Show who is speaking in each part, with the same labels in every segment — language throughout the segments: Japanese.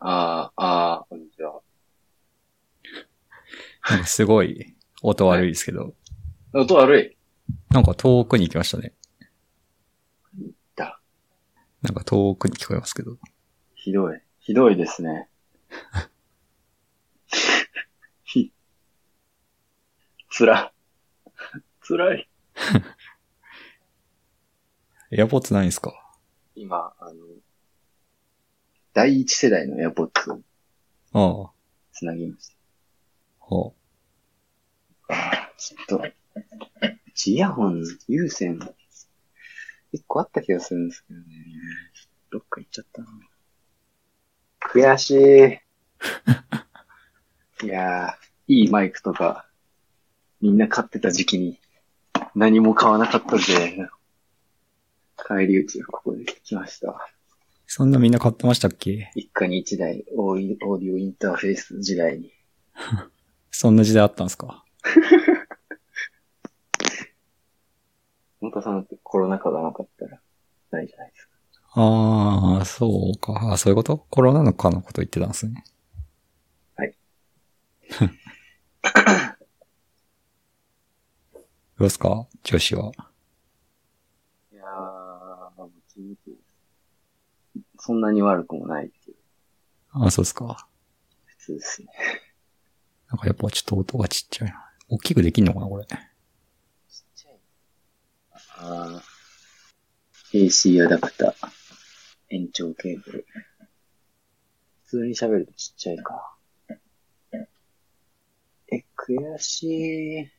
Speaker 1: なんかすごい音悪いですけど、
Speaker 2: 音悪い。
Speaker 1: なんか遠くに行きましたね。
Speaker 2: だ。
Speaker 1: なんか遠くに聞こえますけど。
Speaker 2: ひどい。ひどいですね。 ひ。つら。つらい。
Speaker 1: エアポッツないんですか
Speaker 2: 今、あの、第一世代の AirPods を
Speaker 1: ああ。
Speaker 2: つなぎまし
Speaker 1: ほ
Speaker 2: た。ちょっと、イヤホン、有線、一個あった気がするんですけどね。どっか行っちゃったな。悔しい。いやー、いいマイクとか、みんな買ってた時期に、何も買わなかったぜ。帰り討ちがここで来ました。
Speaker 1: う。そんなみんな買ってましたっけ
Speaker 2: 一家に一台、オーディオインターフェース時代に。
Speaker 1: そんな時代あったんですか
Speaker 2: 本田さんってコロナ禍がなかったら、ないじゃないですか。
Speaker 1: ああ、そうか。あそういうことコロナのかのこと言ってたんですね。
Speaker 2: はい。
Speaker 1: どうですか女子は。
Speaker 2: いやー、もう厳しいです。そんなに悪くもないっていう、
Speaker 1: あそうですか。
Speaker 2: 普通ですね。
Speaker 1: なんかやっぱちょっと音がちっちゃいな。大きくできんのかなこれ。
Speaker 2: ちっちゃい。あー。AC アダプター。延長ケーブル。普通に喋るとちっちゃいか。え、悔し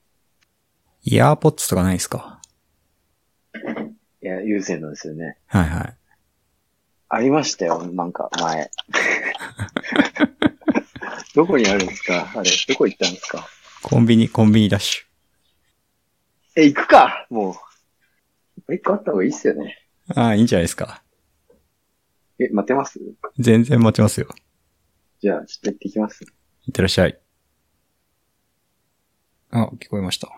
Speaker 2: い。
Speaker 1: イヤーポッツとかないですか
Speaker 2: いや、優先なんですよね。
Speaker 1: はいはい。
Speaker 2: ありましたよ、なんか、前。 どこにあるんですかあれ、どこ行ったんですか
Speaker 1: コンビニ、コンビニダッシ
Speaker 2: え、行くかもう。一個あった方がいいっすよね。
Speaker 1: ュ。ああ、いいんじゃないですか。
Speaker 2: え、待てます
Speaker 1: 全然待ちますよ。
Speaker 2: じゃあ、ちょっと行ってきます。
Speaker 1: いってらっしゃい。あ、聞こえました。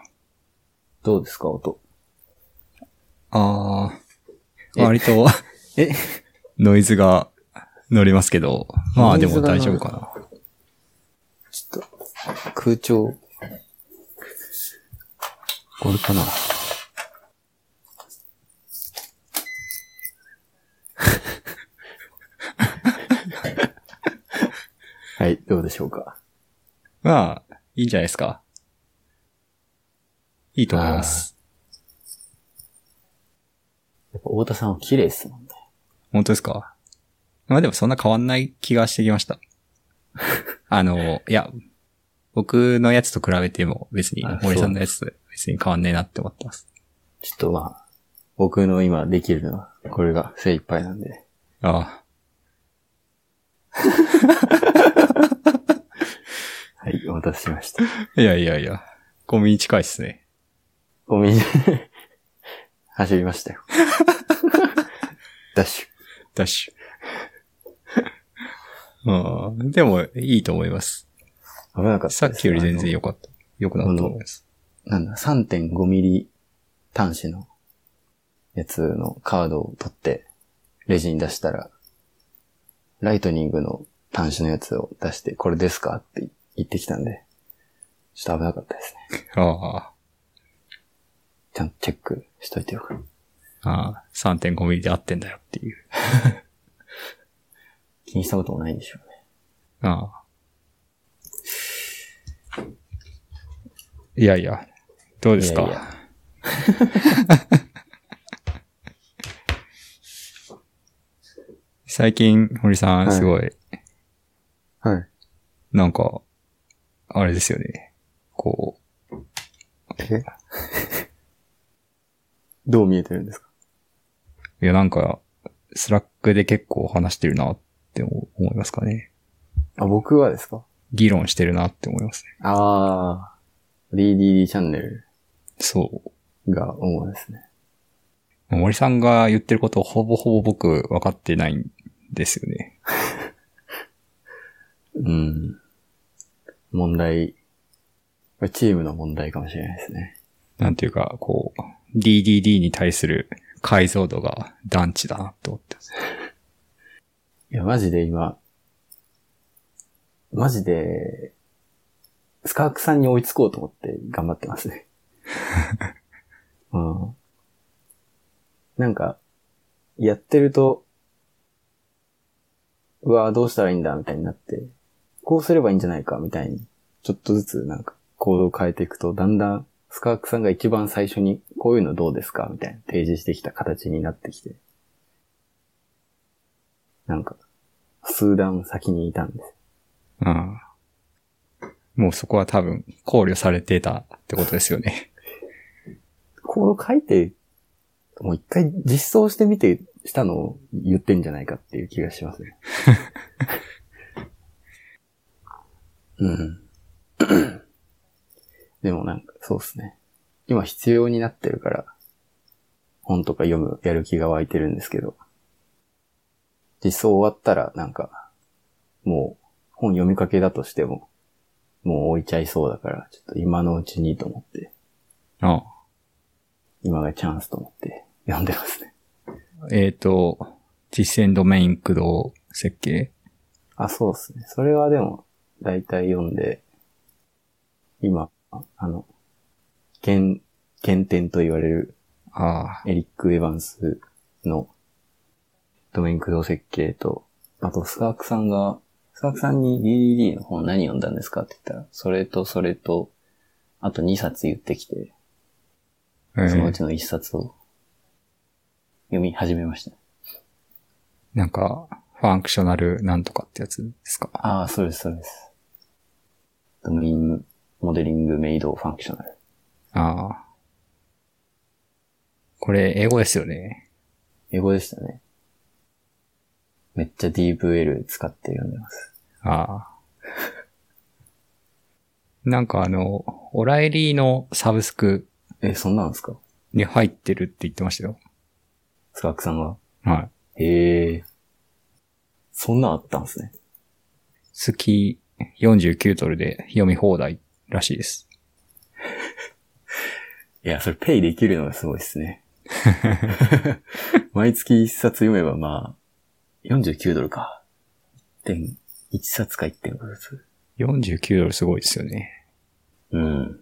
Speaker 3: どうですか、音。
Speaker 1: ああ、
Speaker 3: え
Speaker 1: 割と、
Speaker 3: え
Speaker 1: ノイズが乗りますけど、まあでも
Speaker 3: ノイ
Speaker 1: 大
Speaker 3: ズ
Speaker 1: 丈
Speaker 3: が乗
Speaker 1: 夫
Speaker 3: る
Speaker 1: かな。
Speaker 3: ちょっと、空調。これかな。 はい、どうでしょうか。
Speaker 1: まあ、いいんじゃないですか。いいと思います。
Speaker 3: やっぱ、太田さんは綺麗ですもんね。
Speaker 1: 本当ですかまあでもそんな変わんない気がしてきま した。あの、いや、僕のやつと比べても別に
Speaker 3: あ、
Speaker 1: 森さんのやつと別に変わんねえなって思ってます。
Speaker 3: ちょっとまあ、僕の今できるのは、これが精一杯なんで。
Speaker 1: あ
Speaker 3: はい、お待たせしました。
Speaker 1: あ。いやいやいや、コンビニ近いっすね。
Speaker 3: お水、 走りましたよ。ダッシュ。
Speaker 1: ダッシ ュ。うん、でも、いいと思います。
Speaker 3: 危なかったです
Speaker 1: さっきより全然良かった。良くなったと思います。
Speaker 3: なんだ、3.5ミリ端子のやつのカードを取って、レジに出したら、ライトニングの端子のやつを出して、これですかって言ってきたんで、ちょっと危なかったですね。
Speaker 1: あ
Speaker 3: ちゃんとチェックしといてよ。
Speaker 1: あ、ああ、3.5ミリで合ってんだよっていう。
Speaker 3: 気にしたこともないんでしょうね。
Speaker 1: ああ。いやいや、どうですか
Speaker 3: いやいや
Speaker 1: 最近、堀さ
Speaker 3: は
Speaker 1: ん、
Speaker 3: い
Speaker 1: すごい、
Speaker 3: はい。
Speaker 1: なんか、あれですよね。こ
Speaker 3: え どう見えてるんですか
Speaker 1: う、いやなんか、スラックで結構話してるなって思いますかね。
Speaker 3: あ、僕はですか
Speaker 1: 議論してるなって思いますね。
Speaker 3: あー、DDD チャンネル
Speaker 1: そう。
Speaker 3: が主ですね。
Speaker 1: 森さんが言ってることほぼほぼ僕分かってないんですよね。
Speaker 3: うん。問題。これチームの問題かもしれないですね。
Speaker 1: なんていうか、こう、DDD に対する解像度が団地だなって思ってます。
Speaker 3: いや、マジで今、マジで、スカークさんに追いつこうと思って頑張ってますね。うん。なんか、やってると、うわぁ、どうしたらいいんだ、みたいになって、こうすればいいんじゃないか、みたいに、ちょっとずつなんか行動を変えていくと、だんだんスカークさんが一番最初に、こういうのどうですか、みたいな提示してきた形になってきて、なんか、数段先にいたんです。
Speaker 1: うん。もうそこは多分考慮されてたってことですよね。
Speaker 3: コード書いて、もう一回実装してみて、したのを言ってんじゃないかっていう気がしますね。うん。 でもなんか、そうですね。今必要になってるから、本とか読むやる気が湧いてるんですけど、実装終わったらなんか、もう本読みかけだとしても、もう置いちゃいそうだから、ちょっと今のうちにと思って、
Speaker 1: ああ
Speaker 3: 今がチャンスと思って読んでますね。
Speaker 1: えっ、と、実践ドメイン駆動設計。
Speaker 3: あ、そうですね。それはでも、だいたい読んで、今、あの、原、原点と言われる
Speaker 1: ああ、
Speaker 3: エリック・エヴァンスのドメイン駆動設計と、あとスカークさんが、スカークさんに DDD の本何読んだんですかって言ったら、それとそれと、あと2冊言ってきて、
Speaker 1: え
Speaker 3: そのう
Speaker 1: ー
Speaker 3: ちの1冊を読み始めました。
Speaker 1: なんか、ファンクショナルなんとかってやつですか。
Speaker 3: ああ、そうです、そうです。ドメインモデリングメイドファンクショナル。
Speaker 1: ああ。これ、英語ですよね。
Speaker 3: 英語でしたね。めっちゃ DVL 使って読んでます。
Speaker 1: ああ。 なんかあの、オライリーのサブスク
Speaker 3: え、そんなんですか
Speaker 1: に入ってるって言ってましたよ。
Speaker 3: スカークさんが。
Speaker 1: はい。
Speaker 3: へえ。そんなんあったんですね。
Speaker 1: 月49ドルで読み放題らしいです。
Speaker 3: いや、それペイできるのがすごいですね。毎月一冊読めばまあ、49ドルか。点、一冊か1.5冊。
Speaker 1: 49ドルすごいですよね。
Speaker 3: うん。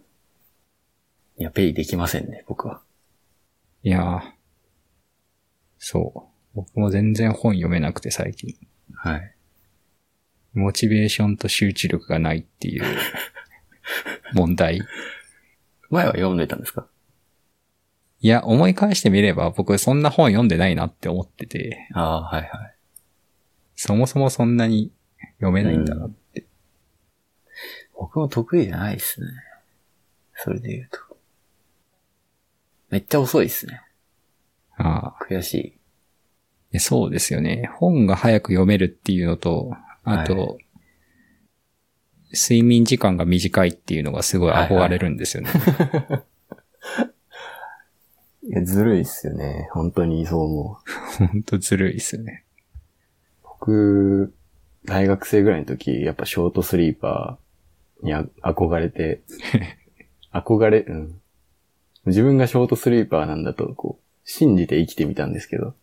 Speaker 3: いや、ペイできませんね、僕は。
Speaker 1: いやーそう。僕も全然本読めなくて最近。
Speaker 3: はい。
Speaker 1: モチベーションと集中力がないっていう問題。
Speaker 3: 前は読んでたんですか
Speaker 1: いや、思い返してみれば僕そんな本読んでないなって思ってて、
Speaker 3: ああ、はいはい。
Speaker 1: そもそもそんなに読めないんだなって。
Speaker 3: 僕も得意じゃないですね。それで言うと。めっちゃ遅いですね。
Speaker 1: ああ
Speaker 3: 悔しい。
Speaker 1: いやそうですよね。本が早く読めるっていうのと、あと、
Speaker 3: は
Speaker 1: 睡眠時間が短いっていうのがすごい憧れるん ですよね。
Speaker 3: いや、ずるいっすよね。本当にそう思う。
Speaker 1: ほんとずるいですよね。
Speaker 3: 僕、大学生ぐらいの時、やっぱショートスリーパーにあ憧れて、 憧れ、うん。自分がショートスリーパーなんだと、こう、信じて生きてみたんですけ ど、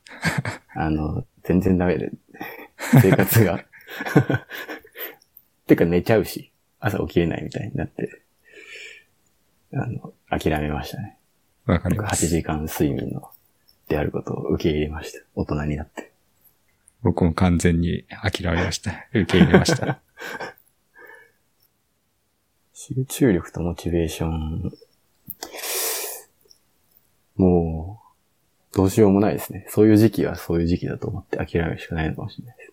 Speaker 3: あの、全然ダメで、生活 が。てか寝ちゃうし、朝起きれないみたいになって、あの、諦めましたね。
Speaker 1: わかりま
Speaker 3: 8
Speaker 1: す。
Speaker 3: 時間睡眠の、であることを受け入れました。大人になって。
Speaker 1: 僕も完全に諦めました。受け入れま した。
Speaker 3: 集中力とモチベーション、もう、どうしようもないですね。そういう時期はそういう時期だと思って諦めるしかないのかもしれないです。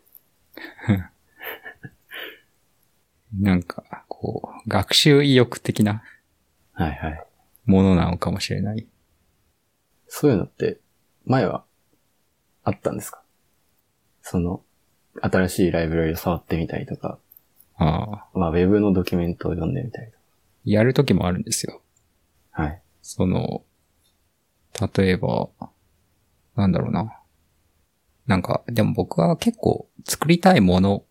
Speaker 1: なんか、こう、学習意欲的な
Speaker 3: はいはい。
Speaker 1: ものなのかもしれない。
Speaker 3: そういうのって、前は、あったんですかその、新しいライブラリを触ってみたりとか、
Speaker 1: ああ。
Speaker 3: まあ、ウェブのドキュメントを読んでみたりと
Speaker 1: やるときもあるんですよ。
Speaker 3: か。はい。
Speaker 1: その、例えば、なんだろうな。なんか、でも僕は結構作りたいもの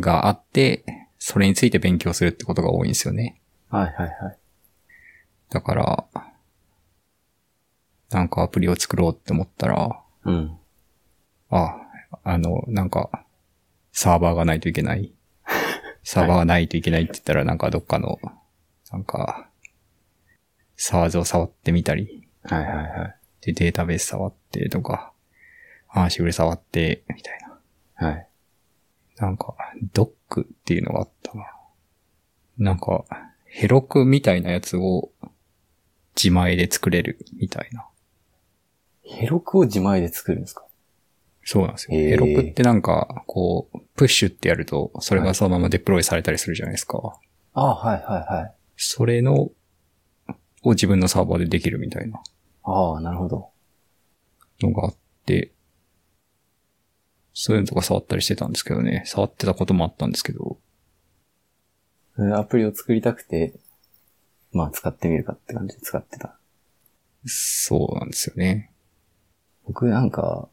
Speaker 1: があって、それについて勉強するってことが多いんですよね。
Speaker 3: はいはいはい。
Speaker 1: だから、なんかアプリを作ろうって思ったら、
Speaker 3: うん。
Speaker 1: あ、あの、なんか、サーバーがないといけない。サーバーないといけないって言ったら、なんかどっかの、なんか、サーズを触ってみたり、
Speaker 3: はいはいはい。
Speaker 1: で、データベース触ってとか、アンシブル触って、みたいな。
Speaker 3: はい。
Speaker 1: なんか、ドックっていうのがあったな。なんか、ヘロクみたいなやつを自前で作れるみたいな。
Speaker 3: ヘロクを自前で作るんですか
Speaker 1: そうなんですよ。
Speaker 3: へー
Speaker 1: ヘロクってなんか、こう、プッシュってやると、それがそのままデプロイされたりするじゃないですか。
Speaker 3: ああ、はいはいはい。
Speaker 1: それの、を自分のサーバーでできるみたいな
Speaker 3: ああ、なるほど。
Speaker 1: のがあって、そういうのとか触ったりしてたんですけどね。触ってたこともあったんですけど、
Speaker 3: うんアプリを作りたくて、まあ使ってみるかって感じで使ってた。
Speaker 1: そうなんですよね。
Speaker 3: 僕なんか、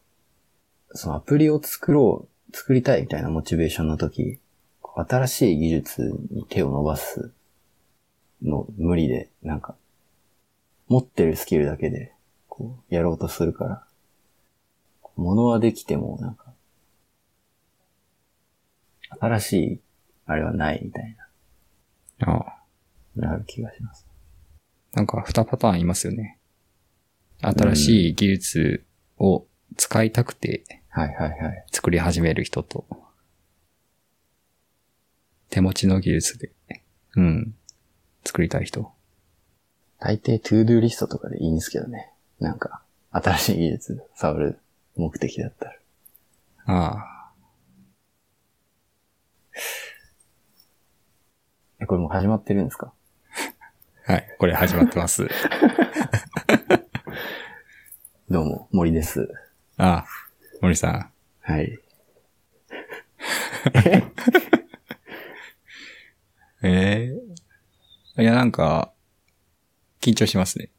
Speaker 3: そのアプリを作ろう、作りたいみたいなモチベーションの時、こう新しい技術に手を伸ばすの無理で、なんか、持ってるスキルだけで、こう、やろうとするから、物はできても、なんか、新しい、あれはないみたい
Speaker 1: ああ
Speaker 3: な、なる気がします。
Speaker 1: なんか二パターンいますよね。新しい技術を使いたくて
Speaker 3: はいはいはい。
Speaker 1: 作り始める人と、手持ちの技術で、うん、作りたい人。
Speaker 3: 大抵トゥードゥーリストとかでいいんですけどね。なんか、新しい技術触る目的だったら。
Speaker 1: ああ、
Speaker 3: え、これもう始まってるんですか
Speaker 1: はい、これ始まってます。
Speaker 3: どうも、森です。
Speaker 1: ああ、森さん。
Speaker 3: はい。
Speaker 1: ええいや、なんか、緊張しますね。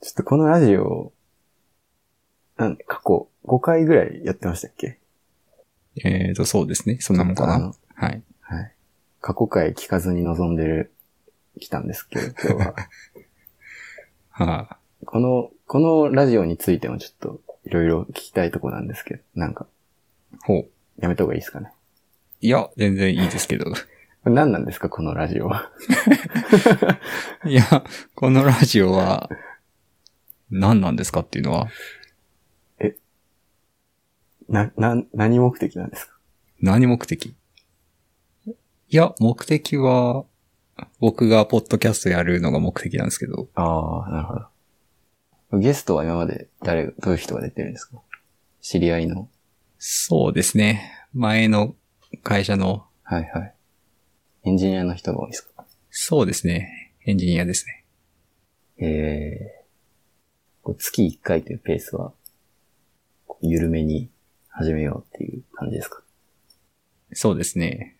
Speaker 3: ちょっとこのラジオ、なんで、過去5回ぐらいやってましたっけ
Speaker 1: えーと、そうですね。そんなもんか
Speaker 3: あ
Speaker 1: な。
Speaker 3: の
Speaker 1: はい。
Speaker 3: はい。過去回聞かずに望んでる、来たんです けど、今日は。
Speaker 1: はあ、
Speaker 3: この、このラジオについてもちょっと、いろいろ聞きたいとこなんですけど、なんか、
Speaker 1: ほう。
Speaker 3: やめた方がいいですかね。
Speaker 1: いや、全然いいですけど。
Speaker 3: これ何なんですか、このラジオは。
Speaker 1: いや、このラジオは、何なんですかっていうのは、
Speaker 3: な、な、何目的なんですか
Speaker 1: 何目的いや、目的は、僕がポッドキャストやるのが目的なんですけど、
Speaker 3: ああ、なるほど。ゲストは今まで誰が、どういう人が出てるんですか知り合いの。
Speaker 1: そうですね。前の会社の、
Speaker 3: はいはい。エンジニアの人が多いですか
Speaker 1: そうですね。エンジニアですね。
Speaker 3: ええこう月1回というペースは、こう緩めに始めようっていう感じですか
Speaker 1: そうですね。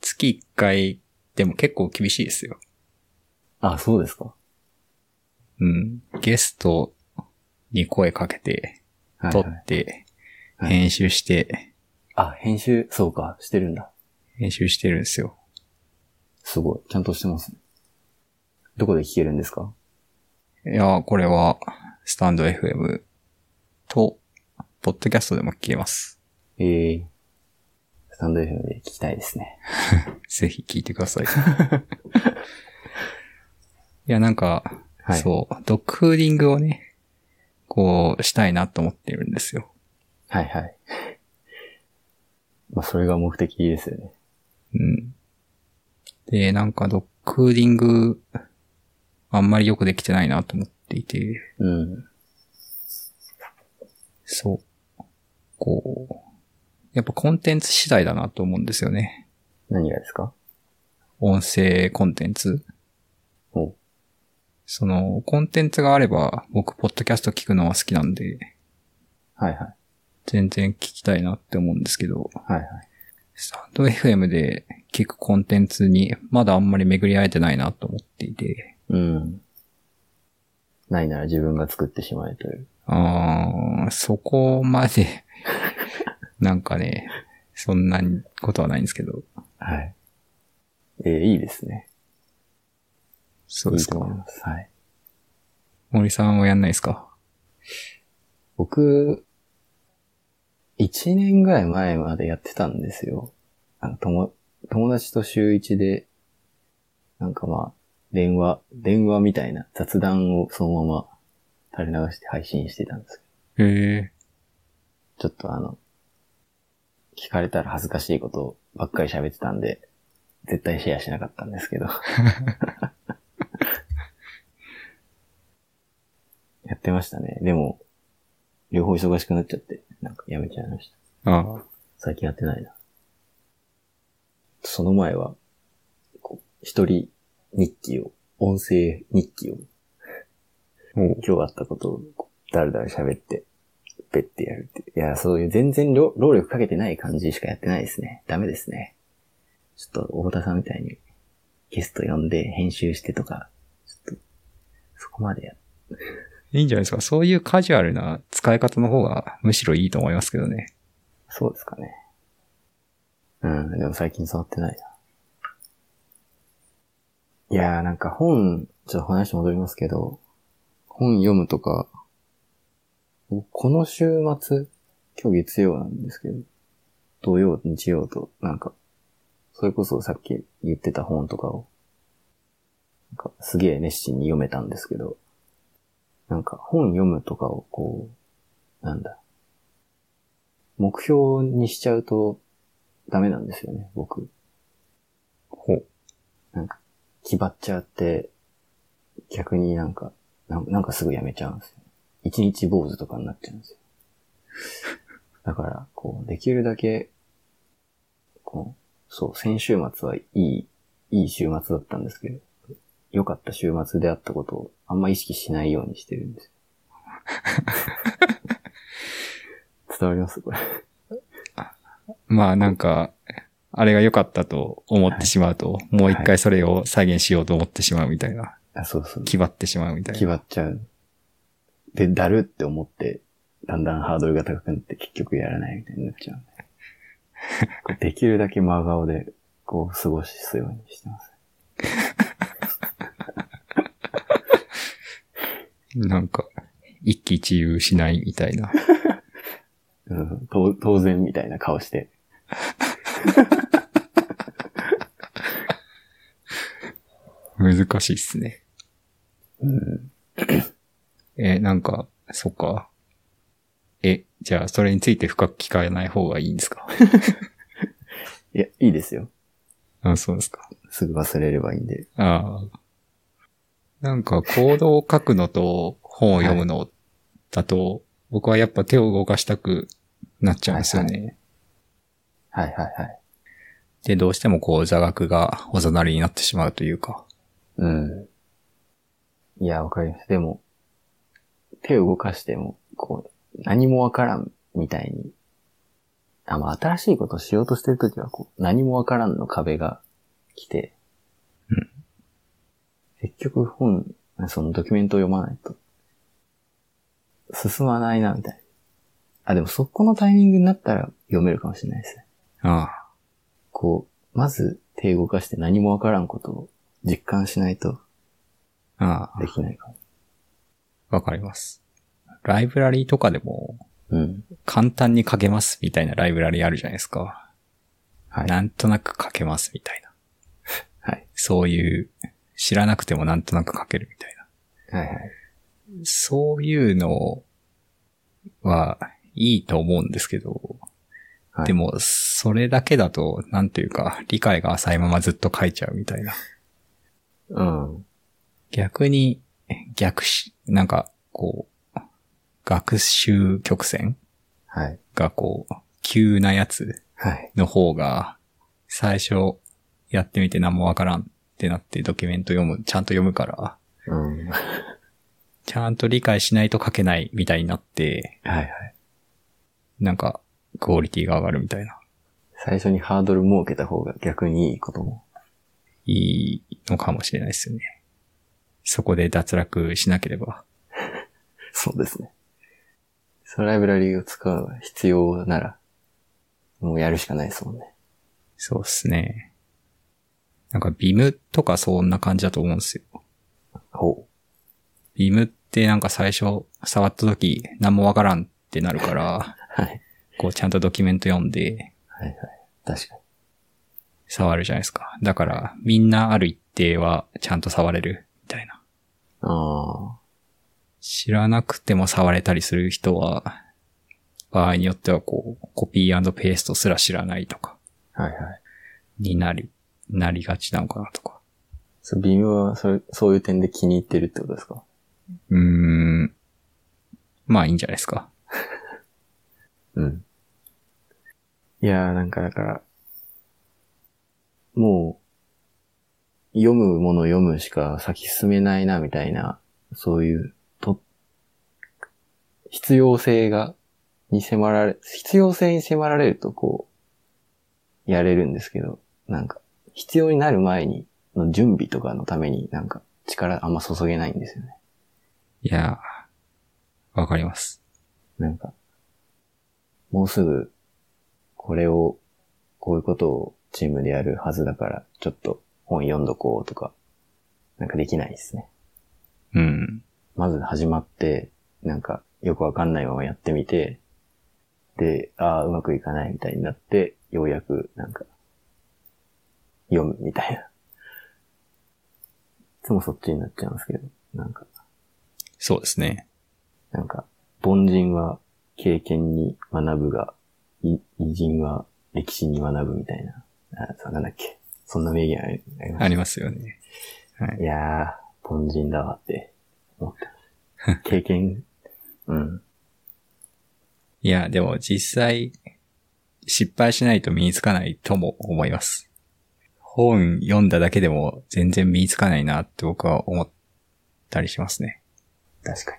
Speaker 1: 月1回でも結構厳しいですよ。
Speaker 3: あ、そうですか
Speaker 1: うん。ゲストに声かけて、
Speaker 3: はい、
Speaker 1: 撮
Speaker 3: は
Speaker 1: っ
Speaker 3: い。
Speaker 1: て、
Speaker 3: はい
Speaker 1: 編集して、
Speaker 3: あ、編集、そうか、してるんだ。
Speaker 1: 編集してるんですよ。
Speaker 3: すごい。ちゃんとしてますね。どこで聞けるんですか
Speaker 1: いや、これは、スタンド FM と、ポッドキャストでも聞けます。
Speaker 3: ええスタンド FM で聞きたいですね。
Speaker 1: ぜひ聞いてく ださい。いや、なんか、
Speaker 3: はい
Speaker 1: そう、ドッグフーディングをね、こう、したいなと思ってるんですよ。
Speaker 3: はいはい。まあ、それが目的ですよね。
Speaker 1: うん。で、なんか、ドッグフーディング、あんまりよくできてないなと思っていて、
Speaker 3: うん。
Speaker 1: そう。こう、やっぱコンテンツ次第だなと思うんですよね。
Speaker 3: 何がですか
Speaker 1: 音声コンテンツ。
Speaker 3: お
Speaker 1: その、コンテンツがあれば、僕、ポッドキャスト聞くのは好きなんで、
Speaker 3: はいはい。
Speaker 1: 全然聞きたいなって思うんですけど、
Speaker 3: はいはい。
Speaker 1: スタンド FM で聞くコンテンツに、まだあんまり巡り合えてないなと思っていて、
Speaker 3: うん。ないなら自分が作ってしまえという。
Speaker 1: あー、そこまで、 なんかね、そんなことはないんですけど、
Speaker 3: はい。えーいいですね。
Speaker 1: そうです
Speaker 3: いいと思
Speaker 1: か。
Speaker 3: います。はい。
Speaker 1: 森さんはやんないですか
Speaker 3: 僕、 1年ぐらい前までやってたんですよ。あの、友、友達と週1で、なんかまあ、電話、電話みたいな雑談をそのまま垂れ流して配信してたんです
Speaker 1: へえ。
Speaker 3: けど、ちょっとあの、聞かれたら恥ずかしいことばっかり喋ってたんで、絶対シェアしなかったんですけど。 やってましたね。でも、両方忙しくなっちゃって、なんかやめちゃいました。
Speaker 1: ああ。
Speaker 3: 最近やってないな。その前は、こう一人日記を、音声日記を、
Speaker 1: おう
Speaker 3: 今日あったことをこう、だらだら喋って、べってやるって。いや、そういう全然労労力かけてない感じしかやってないですね。ダメですね。ちょっと、大田さんみたいに、ゲスト呼んで編集してとか、ちょっと、そこまでや
Speaker 1: いいんじゃないですか。そういうカジュアルな使い方の方がむしろいいと思いますけどね。
Speaker 3: そうですかね。うん、でも最近触ってないな。いやーなんか本、ちょっと話戻りますけど、本読むとか、この週末、今日月曜なんですけど、土曜、日曜と、なんか、それこそさっき言ってた本とかを、なんかすげえ熱心に読めたんですけど、なんか本読むとかをこう、なんだ、目標にしちゃうとダメなんですよね、僕。
Speaker 1: ほう。
Speaker 3: なんか、気張っちゃって、逆になんか、なんなんかすぐやめちゃうんですよ。一日坊主とかになっちゃ うんですよ。だから、こう、できるだけ、こう、そう、先週末はいい、いい週末だったんですけど、良かった週末であったことをあんま意識しないようにしてるんです よ。伝わりますこれ。
Speaker 1: まあなんか、あれが良かったと思ってしまうと、もう一回それを再現しようと思ってしまうみたいな。
Speaker 3: あ、そうそう。
Speaker 1: 気張ってしまうみたい
Speaker 3: 決
Speaker 1: な。
Speaker 3: まっちゃう。で、だるって思って、だんだんハードルが高くなって結局やらないみたいになっちゃうん で。できるだけ真顔で、こう、過ごすようにしてます。
Speaker 1: なんか、一喜一憂しないみたいな。
Speaker 3: うん、と当然みたいな顔して。
Speaker 1: 難しいっすね。
Speaker 3: うん。
Speaker 1: え、なんか、そっか。え、じゃあそれについて深く聞かない方がいいんですか
Speaker 3: いや、いいですよ。
Speaker 1: あそうですか。
Speaker 3: すぐ忘れればいいんで。
Speaker 1: ああ。なんか行動を書くのと本を読むのだと、僕はやっぱ手を動かしたくなっちゃうんですよね。
Speaker 3: はいはいはいはい。
Speaker 1: で、どうしてもこう座学がおざなりになってしまうというか。
Speaker 3: うん。いや、わかります。でも、手を動かしても、こう、何もわからんみたいに。あ、まあ、新しいことをしようとしてるときは、こう、何もわからんの壁が来て、
Speaker 1: うん
Speaker 3: 結局本、そのドキュメントを読まないと、進まないな、みたいな。あ、でもそこのタイミングになったら読めるかもしれないですね。
Speaker 1: あ
Speaker 3: こう、まず手動かして何もわからんことを実感しないと
Speaker 1: あ、あ
Speaker 3: できないかも。
Speaker 1: あ、わかります。ライブラリとかでも
Speaker 3: うん。
Speaker 1: 簡単に書けますみたいなライブラリあるじゃないですか。
Speaker 3: はい。
Speaker 1: なんとなく書けますみた いな。
Speaker 3: はい。
Speaker 1: そういう、知らなくてもなんとなく書けるみたいな。
Speaker 3: はいはい。
Speaker 1: そういうのは、いいと思うんですけど、
Speaker 3: はい
Speaker 1: でも、それだけだと、なんていうか、理解が浅いままずっと書いちゃうみたいな。
Speaker 3: うん。
Speaker 1: 逆に、逆し、なんか、こう、学習曲線
Speaker 3: はい。
Speaker 1: がこう、急なやつ
Speaker 3: はい。
Speaker 1: の方が、最初やってみて何もわからんってなってドキュメント読む、ちゃんと読むから、
Speaker 3: うん。はい
Speaker 1: ちゃんと理解しないと書けないみたいになって、
Speaker 3: はい。
Speaker 1: なんか、クオリティが上がるみたいな、
Speaker 3: 最初にハードル設けた方が逆にいいことも。
Speaker 1: いいのかもしれないですよね。そこで脱落しなければ。
Speaker 3: そうですね。そのライブラリーを使うのが必要なら、もうやるしかないですもんね。
Speaker 1: そうっすね。なんか、ビムとかそんな感じだと思うんですよ。
Speaker 3: ほ
Speaker 1: ビームってなんか最初触った時何もわからんってなるから、
Speaker 3: う。はい。
Speaker 1: こうちゃんとドキュメント読んで
Speaker 3: はいはい。確かに。
Speaker 1: 触るじゃないですか。だからみんなある一定はちゃんと触れるみたいな。
Speaker 3: あ
Speaker 1: 知らなくても触れたりする人は、場合によってはこうコピーペーストすら知らないとか
Speaker 3: あ。はいはい。
Speaker 1: になり、なりがちなのかなとか。
Speaker 3: そう、微妙は、それ、そういう点で気に入ってるってことですか
Speaker 1: うーん。まあいいんじゃないですか。
Speaker 3: うん。いやーなんかだから、もう、読むものを読むしか先進めないな、みたいな、そういう、と、必要性が、に迫られ、必要性に迫られるとこう、やれるんですけど、なんか、必要になる前に、の準備とかのためになんか、力あんま注げないんですよね。
Speaker 1: いやー、わかります。
Speaker 3: なんか、もうすぐ、これを、こういうことをチームでやるはずだから、ちょっと本読んどこうとか、なんかできないですね。
Speaker 1: うん。
Speaker 3: まず始まって、なんかよくわかんないままやってみて、で、ああ、うまくいかないみたいになって、ようやくなんか、読むみたいな。いつもそっちになっちゃうんですけど、なんか、
Speaker 1: そうですね。
Speaker 3: なんか、凡人は経験に学ぶが、い偉人は歴史に学ぶみたいな。あ、そうなんだっけ。そんな名言ありありま
Speaker 1: あ
Speaker 3: し
Speaker 1: りますよね。は
Speaker 3: た。
Speaker 1: い。
Speaker 3: いやー、凡人だわって思った。経験、うん。
Speaker 1: いや、でも実際、失敗しないと身につかないとも思います。本読んだだけでも全然身につかないなって僕は思ったりしますね。
Speaker 3: 確かに。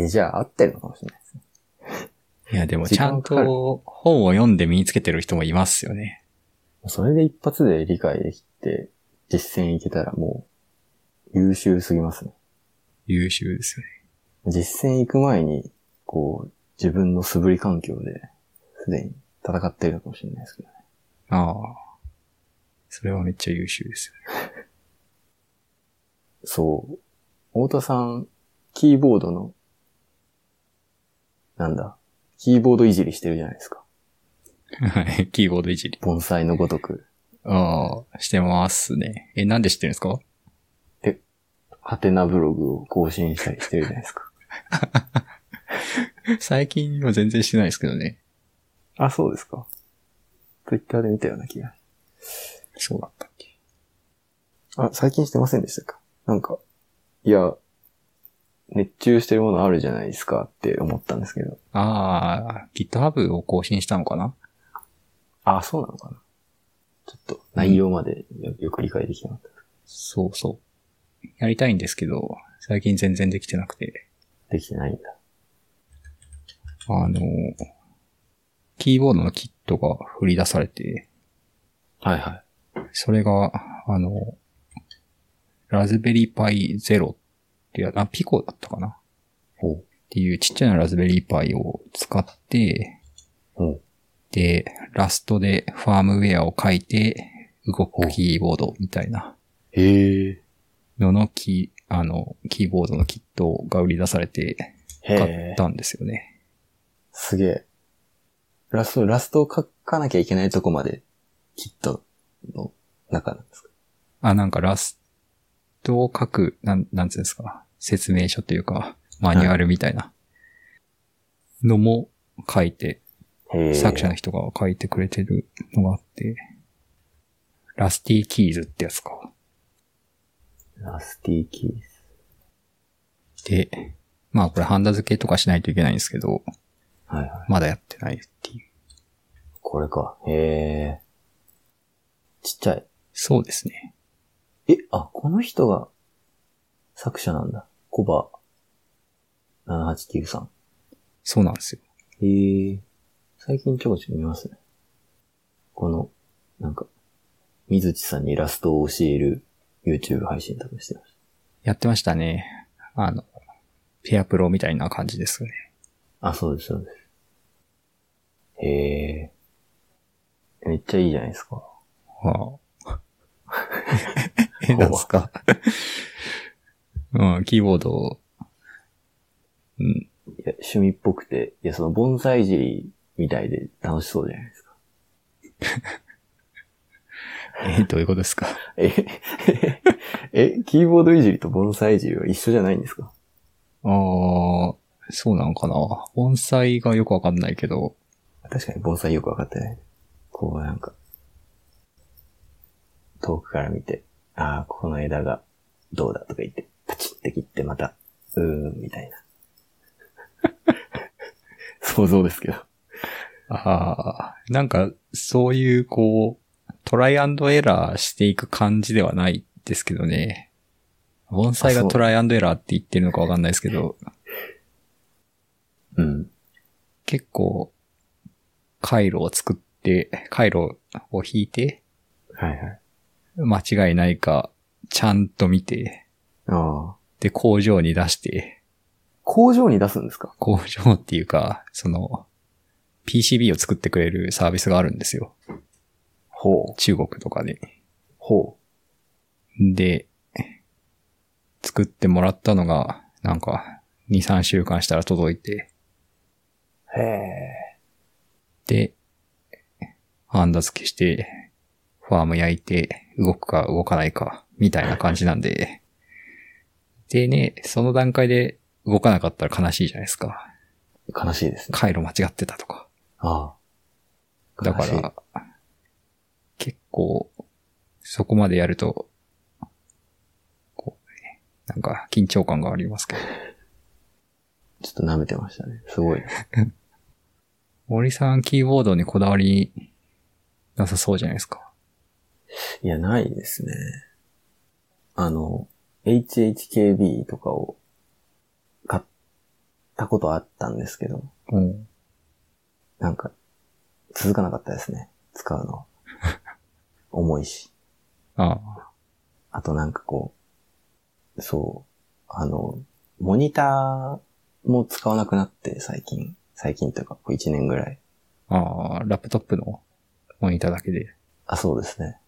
Speaker 3: えーじゃあ合ってるのかもしれないですね。
Speaker 1: いや、でも
Speaker 3: 時
Speaker 1: ちゃ
Speaker 3: 間
Speaker 1: ん
Speaker 3: かかる
Speaker 1: と本を読んで身につけてる人もいますよね。
Speaker 3: それで一発で理解できて、実践いけたらもう、優秀すぎますね。
Speaker 1: 優秀ですよね。
Speaker 3: 実践行く前に、こう、自分の素振り環境で、すでに戦ってるのかもしれないですけどね。
Speaker 1: ああ。それはめっちゃ優秀ですよね。
Speaker 3: そう。太田さん、キーボードの、なんだ、キーボードいじりしてるじゃないですか。
Speaker 1: はい。キーボードいじり。
Speaker 3: 盆栽のごとく。
Speaker 1: ああ、してますね。え、なんで知ってるんですか
Speaker 3: ハテナブログを更新したりしてるじゃないですか。
Speaker 1: 最近は全然してないですけどね。
Speaker 3: あ、そうですか。ツイッターで見たような気が。
Speaker 1: そうだったっけ。
Speaker 3: あ、最近してませんでしたかなんか、いや、熱中してるものあるじゃないですかって思ったんですけど。
Speaker 1: ああ、GitHub を更新したのかな
Speaker 3: あ、そうなのかな。ちょっと内容までよよく理解できなかった。
Speaker 1: そうそう。やりたいんですけど、最近全然できてなくて。
Speaker 3: できてないんだ。
Speaker 1: あの、キーボードのキットが振り出されて、
Speaker 3: はいはい。
Speaker 1: それが、あの、ラズベリーパイゼロってや、あ、ピコだったかなっ
Speaker 3: ほう。
Speaker 1: ていうちっちゃなラズベリーパイを使って、
Speaker 3: ほう。
Speaker 1: で、ラストでファームウェアを書いて、動くキーボードみたいな
Speaker 3: へえ。
Speaker 1: ののキー、あの、キーボードのキットが売り出されて、
Speaker 3: へ
Speaker 1: 買っ
Speaker 3: え。
Speaker 1: たんですよね。
Speaker 3: すげえ。ラスト、ラストを書かなきゃいけないとこまで、きっと、の中なんですか。
Speaker 1: あ、なんかラストを書く、なん、なんつうんですか、説明書というか、マニュアルみたいなのも書いて、
Speaker 3: へえ。
Speaker 1: 作者の人が書いてくれてるのがあって、ラスティキーズってやつか。
Speaker 3: ラスティーキース。
Speaker 1: で、まあこれハンダ付けとかしないといけないんですけど、
Speaker 3: はいはい。
Speaker 1: まだやってないっていう。
Speaker 3: これか。へえ。ちっちゃい。
Speaker 1: そうですね。
Speaker 3: え、あ、この人が作者なんだ。コバ789さん。
Speaker 1: そうなんですよ。
Speaker 3: へえ。最近ちょこちょこ見ますね。この、なんか、水地さんにイラストを教える YouTube 配信とかしてまし
Speaker 1: やってましたね。あの、ペアプロみたいな感じですよね。
Speaker 3: た。あ、そうです、そうです。へえ。めっちゃいいじゃないですか。
Speaker 1: はあ、 え、なんすか。うん、キーボードを、うん、
Speaker 3: や趣味っぽくて、いや、その盆栽いじりみたいで楽しそうじゃないですか。
Speaker 1: え、どういうことですか
Speaker 3: え、 え、キーボードいじりと盆栽いじりは一緒じゃないんですか
Speaker 1: あー、そうなのかな盆栽がよくわかんないけど、
Speaker 3: 確かに盆栽よくわかってない。こうなんか、遠くから見て、ああ、この枝がどうだとか言って、パチって切ってまた、うーん、みた いな。想像ですけど。
Speaker 1: あー、なんか、そういう、こう、トライアンドエラーしていく感じではないですけどね。盆栽
Speaker 3: あ
Speaker 1: が
Speaker 3: そう
Speaker 1: トライアンドエラーって言ってるのかわかんないですけど、
Speaker 3: うん。
Speaker 1: 結構、回路を作って、回路を引いて、
Speaker 3: はいはい。
Speaker 1: 間違いないか、ちゃんと見て、
Speaker 3: ああ。
Speaker 1: で、工場に出して、
Speaker 3: 工場に出すんですか
Speaker 1: 工場っていうか、その、PCB を作ってくれるサービスがあるんですよ。
Speaker 3: ほう。
Speaker 1: 中国とかで。
Speaker 3: ほ
Speaker 1: で、作ってもらったのが、なんか、2、3週間したら届いて、
Speaker 3: う。へえ。
Speaker 1: で、ハンダ付けして、ファーム焼いて、動くか動かないか、みたいな感じなんで、でね、その段階で動かなかったら悲しいじゃないですか。
Speaker 3: 悲しいですね。
Speaker 1: 回路間違ってたとか。
Speaker 3: ああ。
Speaker 1: だか
Speaker 3: 悲しい
Speaker 1: ら、結構、そこまでやると、こうね、なんか緊張感がありますけど。
Speaker 3: ちょっと舐めてましたね。すごい。
Speaker 1: 森さんキーボードにこだわりなさそうじゃないですか。
Speaker 3: いや、ないですね。あの、HHKB とかを買ったことあったんですけど、
Speaker 1: うん。
Speaker 3: なんか、続かなかったですね。使うの。重いし。
Speaker 1: あ
Speaker 3: あとなんかこう、そう、あの、モニターも使わなくなって最近、最近というか、こう1年ぐらい。
Speaker 1: あ、ああ、ラップトップのモニターだけで。
Speaker 3: あ、そうですね。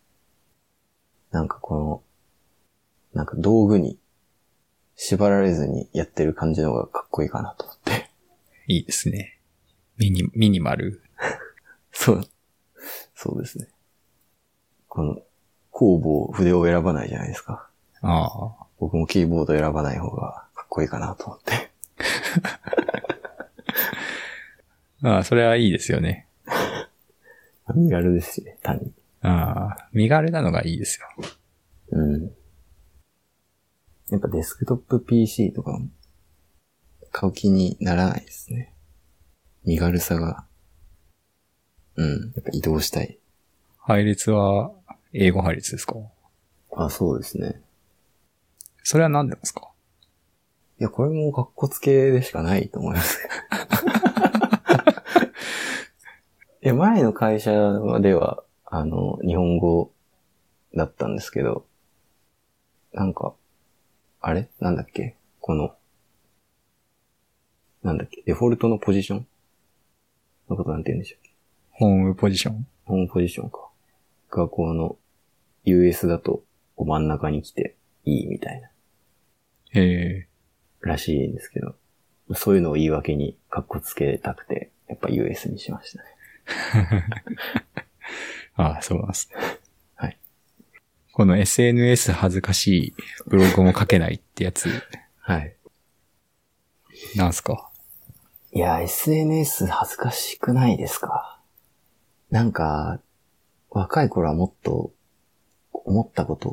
Speaker 3: なんかこの、なんか道具に縛られずにやってる感じの方がかっこいいかなと思って。
Speaker 1: いいですね。ミニ、ミニマル。
Speaker 3: そう。そうですね。この、工房、筆を選ばないじゃないですか。
Speaker 1: ああ、
Speaker 3: 僕もキーボード選ばない方がかっこいいかなと思って。
Speaker 1: ああ、それはいいですよね。
Speaker 3: 身軽ですしね、単に。
Speaker 1: ああ、身軽なのがいいですよ。
Speaker 3: うん。やっぱデスクトップ PC とかも、買う気にならないですね。身軽さが。うん。やっぱ移動したい。
Speaker 1: 配列は英語配列ですか
Speaker 3: あ、そうですね。
Speaker 1: それは何でですか
Speaker 3: いや、これも格好つけでしかないと思います。 いや、前の会社では、あの、日本語だったんですけど、なんか、あれなんだっけこの、なんだっけデフォルトのポジションのことなんて言うんでしょう
Speaker 1: ホームポジション
Speaker 3: ホームポジションか。学校の US だと、こう真ん中に来ていいみたいな。
Speaker 1: ええ
Speaker 3: らしいんですけど、そういうのを言い訳に格好つけたくて、やっぱ US にしましたね。
Speaker 1: ああ、そうなんですね。
Speaker 3: はい。
Speaker 1: この SNS 恥ずかしいブログも書けないってやつ、
Speaker 3: はい。
Speaker 1: なんすか
Speaker 3: いや、SNS 恥ずかしくないですかなんか、若い頃はもっと、思ったこと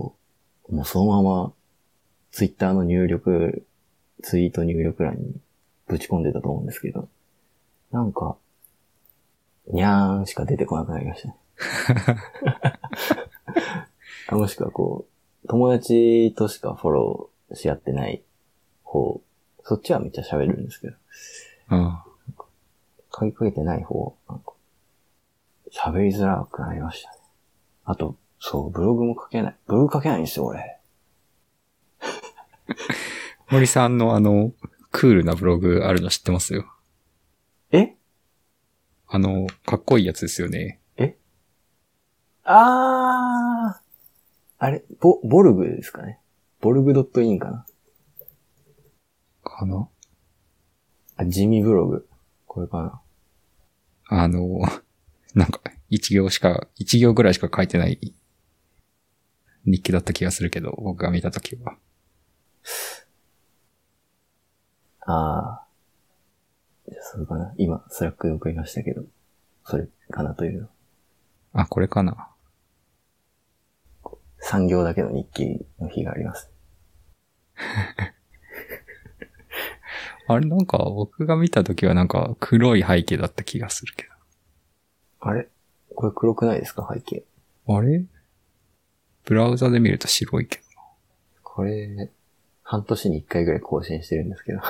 Speaker 3: を、もうそのまま、ツイッターの入力、ツイート入力欄にぶち込んでたと思うんですけど、なんか、にゃーんしか出てこなくなりましたね。あもしくはこう、友達としかフォローし合ってない方、そっちはめっちゃ喋るんですけど、
Speaker 1: あ
Speaker 3: 書きかけてない方、なんか、喋りづらくなりましたね。あと、そう、ブログも書けない。ブログ書けないんですよ、俺。
Speaker 1: あ。森さんのあの、クールなブログあるの知ってますよ。
Speaker 3: え
Speaker 1: あの、かっこいいやつですよね。
Speaker 3: あー。あれ、ボ、ボルグですかね。ボルグ .in かな。
Speaker 1: かな
Speaker 3: あ、地味ブログ。これかな。
Speaker 1: あの、 なんか、一行しか、一行ぐらいしか書いてない日記だった気がするけど、僕が見たときは。
Speaker 3: ああ。じゃあそれかな。今、スラックで送りましたけど、それかなという。
Speaker 1: あ、これかな。
Speaker 3: 産業だけの日記の日があります。
Speaker 1: あれなんか、僕が見たときはなんか、黒い背景だった気がするけ
Speaker 3: あれこれ黒くないですか背景。
Speaker 1: ど。あれブラウザで見ると白いけど。
Speaker 3: これ、半年に一回ぐらい更新してるんですけ ど。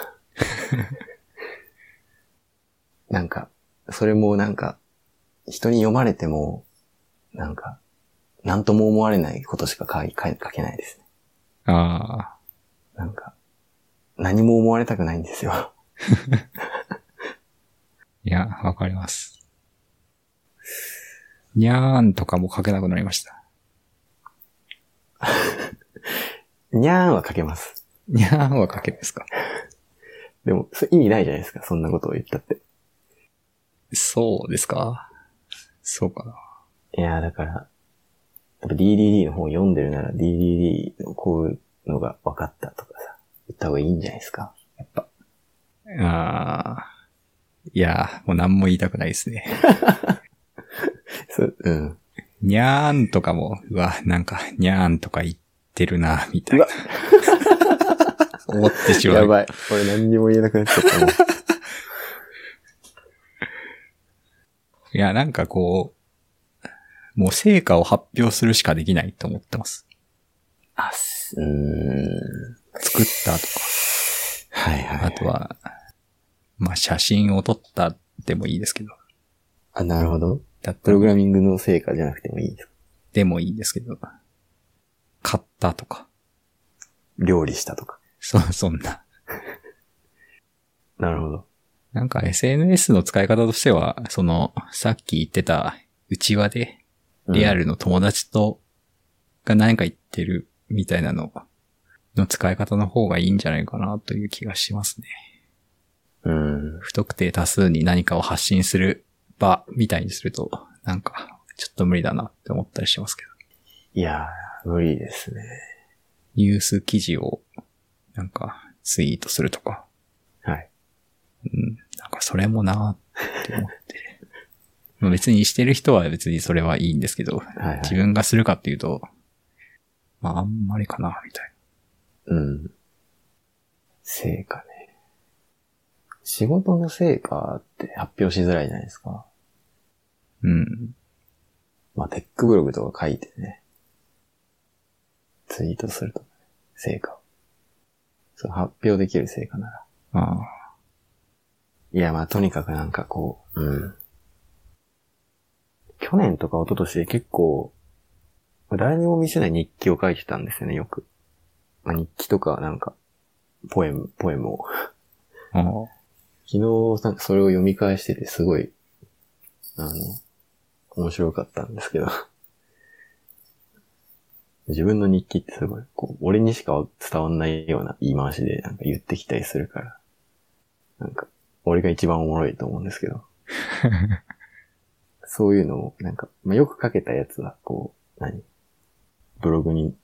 Speaker 3: なんか、それもなんか、人に読まれても、なんか、なんとも思われないことしか書い書い書けないですね。
Speaker 1: あ
Speaker 3: なんか、何も思われたくないんですよ。
Speaker 1: ー、いや、わかります。にゃーんとかも書けなくなりました。
Speaker 3: にゃーんは書けます。
Speaker 1: にゃーんは書けですか
Speaker 3: でも、それ意味ないじゃないですか、そんなことを言ったって。
Speaker 1: そうですかそうかな。
Speaker 3: いやーだから、やっぱ DDD の本読んでるなら DDD のこういうのが分かったとかさ、言った方がいいんじゃないですか。
Speaker 1: ああ。いや、もう何も言いたくないですね。
Speaker 3: そう、うん。
Speaker 1: にゃーんとかも、うわ、なんか、にゃーんとか言ってるな、みたいな。思ってしまう。
Speaker 3: やばい。俺何にも言えなくなっちゃったもん。
Speaker 1: いや、なんかこう、もう成果を発表するしかできないと思ってます。
Speaker 3: あ、すうーん。
Speaker 1: 作ったとか、
Speaker 3: はいはい。
Speaker 1: あとは、まあ、写真を撮ったでもいいですけど、
Speaker 3: あ、なるほど。
Speaker 1: だった
Speaker 3: プログ
Speaker 1: ら
Speaker 3: ラミングの成果じゃなくてもいいですか
Speaker 1: でもいいんですけど、買ったとか、
Speaker 3: 料理したとか。
Speaker 1: そ、 そんな。
Speaker 3: なるほど。
Speaker 1: なんか SNS の使い方としては、その、さっき言ってた、内輪で、リア
Speaker 3: ル。
Speaker 1: ルの友達と、が何か言ってるみたいなの、の使い方の方がいいんじゃないかなという気がしますね。
Speaker 3: うん。
Speaker 1: 不特定多数に何かを発信する場みたいにすると、なんか、ちょっと無理だなって思ったりしますけど。
Speaker 3: いやー、無理ですね。
Speaker 1: ニュース記事を、なんか、ツイートするとか、
Speaker 3: はい。
Speaker 1: うん、なんかそれもなーって思って。 まあ別にしてる人は別にそれはいいんですけど、
Speaker 3: はいは
Speaker 1: 自
Speaker 3: い。
Speaker 1: 分がするかっていうと、まああんまりかな、みたいな。
Speaker 3: うん。成果ね。仕事の成果って発表しづらいじゃないですか。
Speaker 1: うん。
Speaker 3: まあ、テックブログとか書いてね。ツイートすると、成果を。そう、発表できる成果なら。
Speaker 1: あ
Speaker 3: いや、まあ、とにかくなんかこう、うん。去年とか一昨年で結構、誰にも見せない日記を書いてたんですよね、よく。まあ、日記とかなんか、ポエム、ポエムを。
Speaker 1: あ、ああ、
Speaker 3: 昨日なんかそれを読み返しててすごい、あの、面白かったんですけど。 自分の日記ってすごい、こう、俺にしか伝わんないような言い回しでなんか言ってきたりするから。なんか、俺が一番おもろいと思うんですけど。そういうのを、なんか、まあ、よく書けたやつは、こう、何ブログに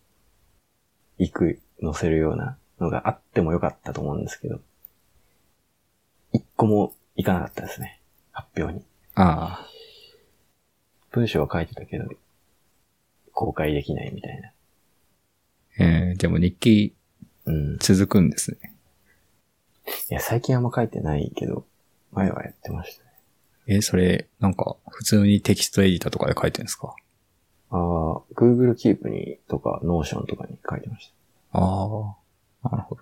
Speaker 3: 行く、載せるようなのがあってもよかったと思うんですけど。一個も行かなかったですね。発表に。
Speaker 1: あ
Speaker 3: 文章は書いてたけど、公開できないみたいな。
Speaker 1: あ、えー、でも日記
Speaker 3: うん。い
Speaker 1: 続くんですね。
Speaker 3: や、最近あんま書いてないけど、前はやってましたね。
Speaker 1: えそれ、なんか、普通にテキストエディターとかで書いてるんですか
Speaker 3: ああ、Google Keep にとか Notion とかに書いてました。
Speaker 1: ああ、なるほど。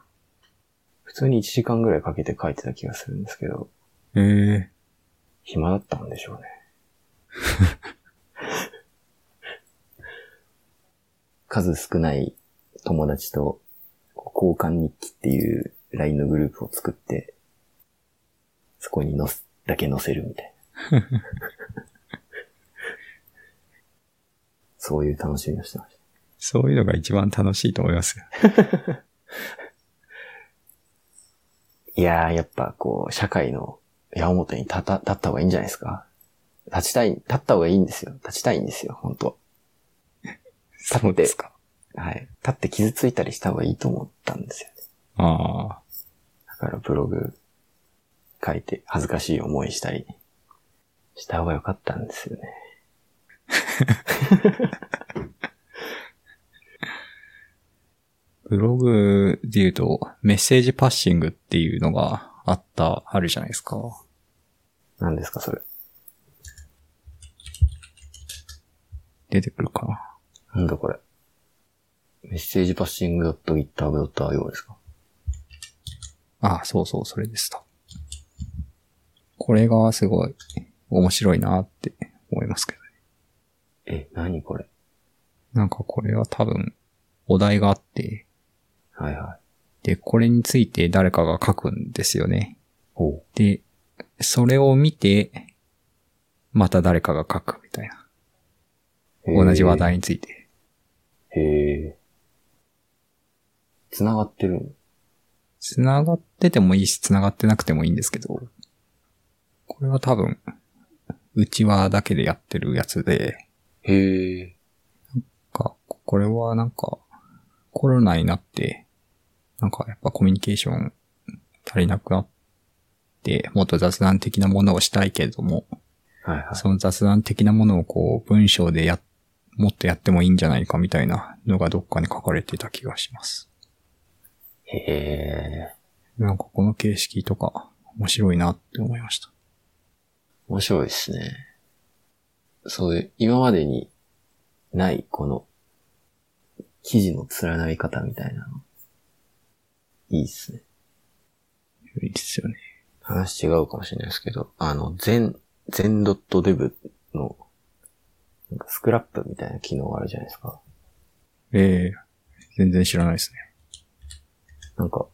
Speaker 3: 普通に1時間ぐらいかけて書いてた気がするんですけど、
Speaker 1: ええ
Speaker 3: 暇だったんでしょうね。数少ない友達と交換日記っていう LINE のグループを作って、そこに載す、だけ載せるみたいな。そういう楽しみをしてまし
Speaker 1: そういうのが一番楽しいと思いますよ。
Speaker 3: た。いやー、やっぱこう、社会の矢面に立た、立った方がいいんじゃないですか。立ちたい、立った方がいいんですよ。立ちたいんですよ、本当立って
Speaker 1: そうですか。
Speaker 3: はい。立って傷ついたりした方がいいと思ったんですよね。
Speaker 1: ああ。
Speaker 3: だからブログ書いて恥ずかしい思いしたりした方が良かったんですよね。
Speaker 1: ブログで言うと、メッセージパッシングっていうのがあった、あるじゃないですか。
Speaker 3: 何ですか、それ。
Speaker 1: 出てくるかな。
Speaker 3: なんだこれ。メッセージパッシング .github.io ですか
Speaker 1: ああ、そうそう、それでした。これがすごい面白いなって思いますけどね。
Speaker 3: え、何これ
Speaker 1: なんかこれは多分、お題があって、
Speaker 3: はいはい。
Speaker 1: で、これについて誰かが書くんですよね。
Speaker 3: おう
Speaker 1: で、それを見て、また誰かが書くみたいな。同じ話。題について。
Speaker 3: へえ。繋がってる。
Speaker 1: 繋がっててもいいし、繋がってなくてもいいんですけど、これは多分、うちわだけでやってるやつで、
Speaker 3: へえ。
Speaker 1: か、これはなんか、コロナになって、なんかやっぱコミュニケーション足りなくなって、もっと雑談的なものをしたいけれども、
Speaker 3: はいはい。
Speaker 1: その雑談的なものをこう、文章でや、もっとやってもいいんじゃないかみたいなのがどっかに書かれてた気がします。
Speaker 3: へえ。
Speaker 1: なんかこの形式とか、面白いなって思いました。
Speaker 3: 面白いですね。そういう、今までにない、この、記事の連なり方みたいなの。いいっすね。
Speaker 1: いいですよね。
Speaker 3: 話違うかもしれないですけど、あの、全、全 .dev の、なんかスクラップみたいな機能があるじゃないですか。
Speaker 1: ええ全然知らないですね。
Speaker 3: なんか、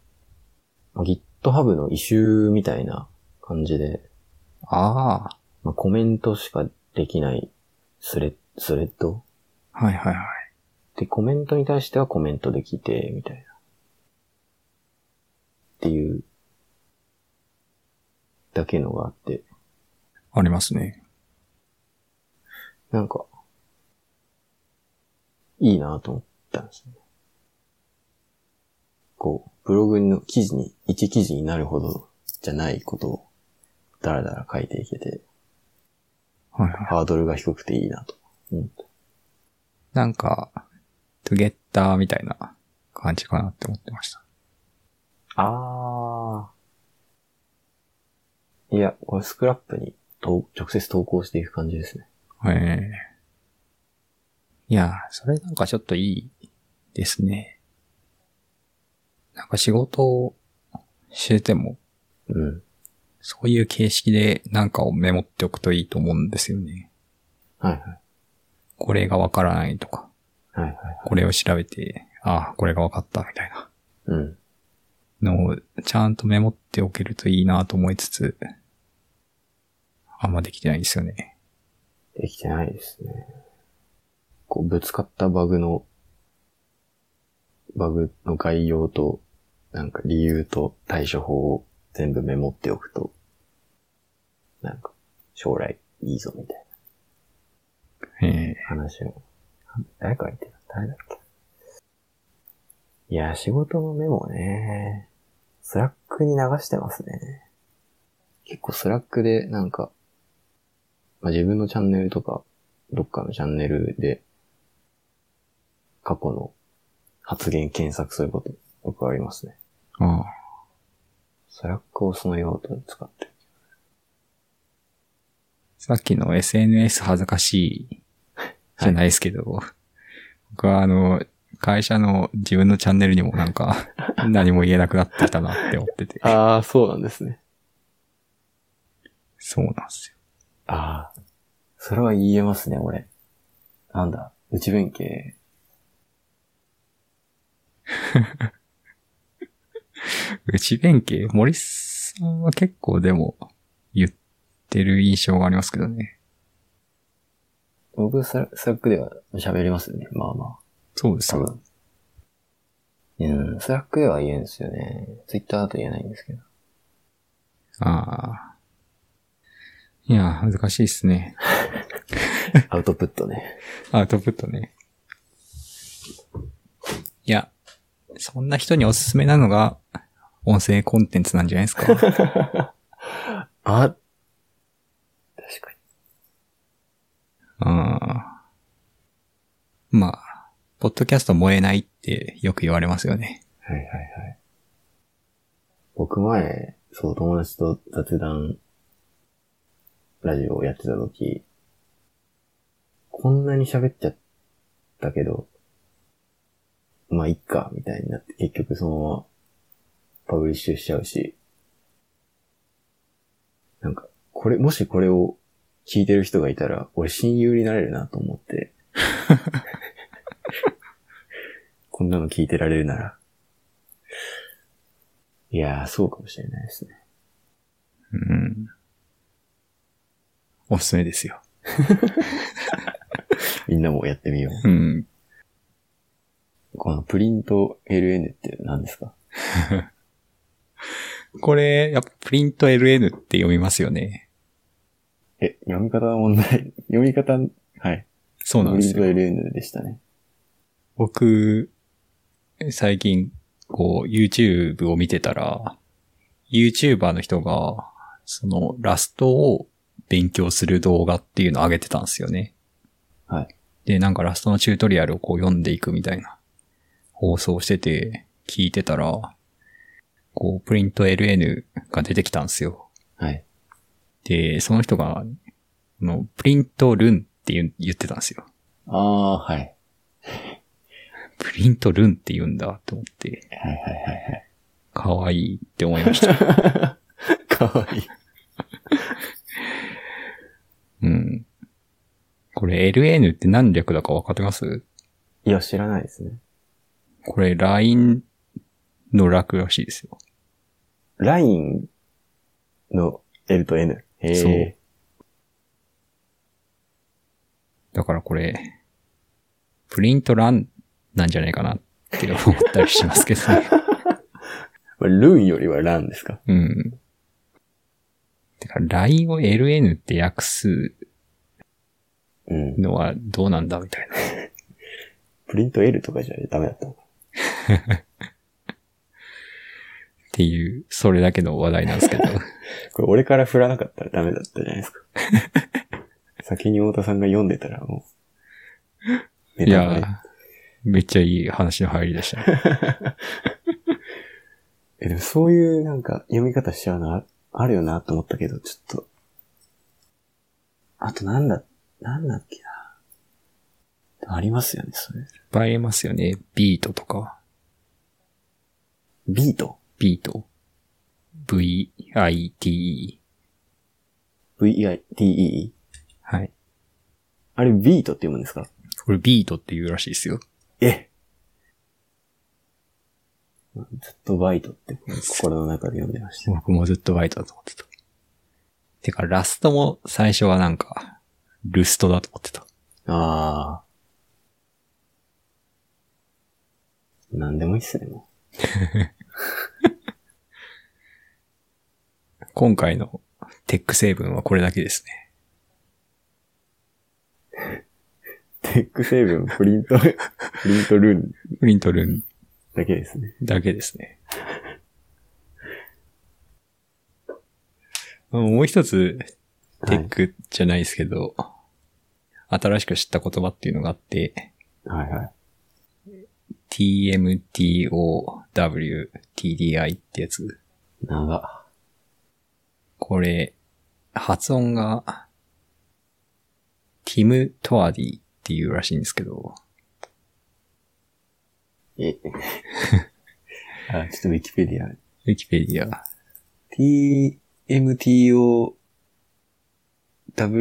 Speaker 3: まあ GitHub の異臭みたいな感じで、
Speaker 1: ああ、
Speaker 3: まあ、コメントしかできないスレスレッド
Speaker 1: はいはいはい。
Speaker 3: で、コメントに対してはコメントできて、みたいな。っていう、だけのがあって、
Speaker 1: ありますね。
Speaker 3: なんか、いいなと思ったんですね。こう、ブログの記事に、一記事になるほどじゃないことを、だらだら書いていけて、
Speaker 1: はいはい。
Speaker 3: ハードルが低くていいなと。うん。
Speaker 1: なんか、トゥゲッターみたいな感じかなって思ってました。
Speaker 3: あー。いや、これスクラップにと直接投稿していく感じですね。
Speaker 1: ええいや、それなんかちょっといいですね。なんか仕事をしてても、
Speaker 3: うん。
Speaker 1: そういう形式でなんかをメモっておくといいと思うんですよね。
Speaker 3: はいはい。
Speaker 1: これがわからないとか、
Speaker 3: はいはい。
Speaker 1: これを調べて、ああ、これがわかったみたいな。
Speaker 3: うん。
Speaker 1: のをちゃんとメモっておけるといいなと思いつつ、あんまできてないんですよね。
Speaker 3: できてないですね。こう、ぶつかったバグの、バグの概要と、なんか理由と対処法を全部メモっておくと、なんか、将来いいぞみたい
Speaker 1: ええ
Speaker 3: な話を。誰か言ってた誰だっけいや、仕事のメモね。スラックに流してますね。結構スラックでなんか、まあ、自分のチャンネルとか、どっかのチャンネルで、過去の発言検索すること、よくありますね。
Speaker 1: ああ、
Speaker 3: スラックをその用途に使ってる。
Speaker 1: さっきの SNS 恥ずかしいじゃないですけど、僕はあの、会社の自分のチャンネルにもなん か何も言えなくなってきたなって思ってて。
Speaker 3: ああ、そうなんですね。
Speaker 1: そうなんですよ。
Speaker 3: ああ、それは言えますね、俺。なんだ、内弁慶。
Speaker 1: 内弁慶、森さんは結構でも言ってる印象がありますけどね。
Speaker 3: 僕、スラスラックでは喋りますよね。まあまあ。
Speaker 1: そうです
Speaker 3: 多
Speaker 1: よ。
Speaker 3: 分。うん、スラックでは言えんですよね。ツイッターだと言えないんですけど。
Speaker 1: ああ。いや、難しいっすね。
Speaker 3: アウトプットね。
Speaker 1: アウトプットね。いや、そんな人におすすめなのが、音声コンテンツなんじゃないです か。
Speaker 3: あ、確かに。
Speaker 1: あーまあ、ポッドキャスト燃えないってよく言われますよね。
Speaker 3: はいはいはい。僕前、そう、友達と雑談、ラジオをやってた時、こんなに喋っちゃったけど、まあ、いっか、みたいになって、結局そのまま、パブリッシュしちゃうし、なんか、これ、もしこれを聞いてる人がいたら、俺親友になれるなと思って、こんなの聞いてられるなら、いやー、そうかもしれないですね。
Speaker 1: うん。おすすめですよ。
Speaker 3: みんなもやってみよう。
Speaker 1: うん。
Speaker 3: このプリント LN って何ですか
Speaker 1: これ、やっぱプリント LN って読みますよね。
Speaker 3: え、読み方の問題。 読み方、はい。
Speaker 1: そうなんです
Speaker 3: プ
Speaker 1: よ。
Speaker 3: リント LN でしたね。
Speaker 1: 僕、最近、こう、YouTube を見てたら、YouTuber の人が、その、ラストを勉強する動画っていうのを上げてたんですよね。
Speaker 3: はい。
Speaker 1: で、なんかラストのチュートリアルをこう読んでいくみたいな放送してて、聞いてたら、こう、プリント LN が出てきたんですよ。
Speaker 3: はい。
Speaker 1: で、その人が、あのプリントルンって言う言ってたんですよ。
Speaker 3: ああ、はい。
Speaker 1: プリントルンって言うんだと思って、
Speaker 3: はいはいはい
Speaker 1: 可愛いって思い ました。
Speaker 3: はい。 かわいい。
Speaker 1: うん。これ LN って何略だか分かってます
Speaker 3: いや、知らないですね。
Speaker 1: これ LINE の略らしいですよ。
Speaker 3: LINE の L と N。へ
Speaker 1: そう
Speaker 3: え。
Speaker 1: だからこれ、プリントランなんじゃないかなって思ったりしますけど ね。
Speaker 3: まあルンよりはランですか
Speaker 1: うん。てか LINE を LN って訳す
Speaker 3: うん。
Speaker 1: のはどうなんだみたいな。
Speaker 3: プリント L とかじゃダメだったのか
Speaker 1: っていう、それだけの話題なんです けど。
Speaker 3: これ俺から振らなかったらダメだったじゃない ですか。先に太田さんが読んでたらもう。
Speaker 1: い
Speaker 3: ネタバレ
Speaker 1: や、めっちゃいい話の入りでしたね。
Speaker 3: え、でもそういうなんか読み方しちゃうのああるよなと思ったけど、ちょっと。あとなんだ、なんだっけな。ありますよね、それ。
Speaker 1: いっぱいありますよね。ビートとか。
Speaker 3: ビート
Speaker 1: ビート。V-I-T-E。
Speaker 3: ?V-I-T-E?
Speaker 1: はい。
Speaker 3: あれビートって読むんですか
Speaker 1: これビートっていうらしいですよ。
Speaker 3: えずっとバイトって心の中で読んでました。
Speaker 1: 僕もずっとバイトだと思ってた。てか、ラストも最初はなんか、ルストだと思ってた。
Speaker 3: ああ。なんでもいいっすね、も
Speaker 1: 今回のテック成分はこれだけですね。
Speaker 3: う。テック成分、プリント、プリントルーン
Speaker 1: プリントルン
Speaker 3: だけですね。
Speaker 1: だけですね。 もう一つ、テックじゃないですけど、新しく知った言葉っていうのがあって、
Speaker 3: はいはい。
Speaker 1: TMTOWTDI ってやつ。
Speaker 3: 長。
Speaker 1: これ、発音が、ティム・トワディっていうらしいんですけど、
Speaker 3: え。あ、ちょっとウィキペディア。
Speaker 1: ウィキペディア、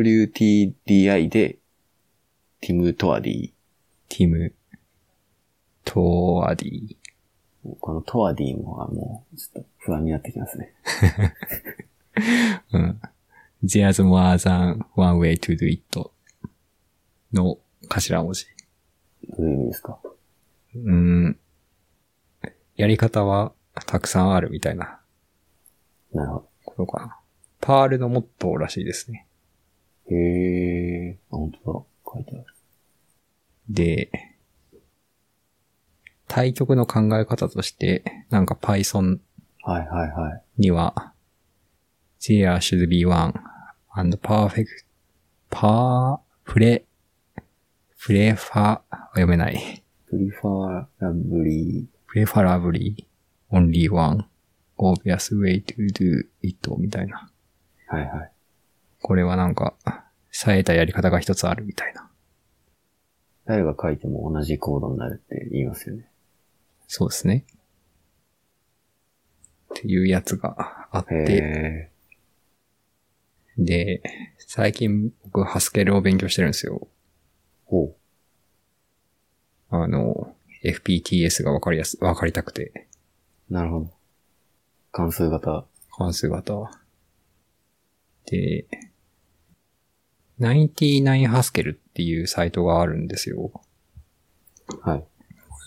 Speaker 3: tmtowtdi で、ティム・トアディ。
Speaker 1: ティム・トワディ。
Speaker 3: このトアディもはもう、ちょっと不安になってきますね。
Speaker 1: うん。There's more than one way to do it の頭文字。
Speaker 3: どういう意味ですか
Speaker 1: うん。やり方はたくさんあるみたいな
Speaker 3: なるほど。
Speaker 1: ことかな。パールのモットーらしいですね。
Speaker 3: へえ。あ、本当だ。書いてある。
Speaker 1: で、対局の考え方として、なんか Python
Speaker 3: はいはいはい。
Speaker 1: には、there should be one and perfect, par, pre, prefer, 読めない。
Speaker 3: プリファラブリ
Speaker 1: preferably only one obvious way to do it みたいな。
Speaker 3: ー。はいはい。
Speaker 1: これはなんか、冴えたやり方が一つあるみたいな。
Speaker 3: 誰が書いても同じコードになるって言いますよね。
Speaker 1: そうですね。っていうやつがあって、
Speaker 3: へ
Speaker 1: で、最近僕ハスケルを勉強してるんですよ。
Speaker 3: ー。ほ
Speaker 1: あの、FPTS がわかりやす、わかりたくて、
Speaker 3: う。なるほど。関数型。
Speaker 1: 関数型。で、99ハスケルっていうサイトがあるんですよ。
Speaker 3: はい。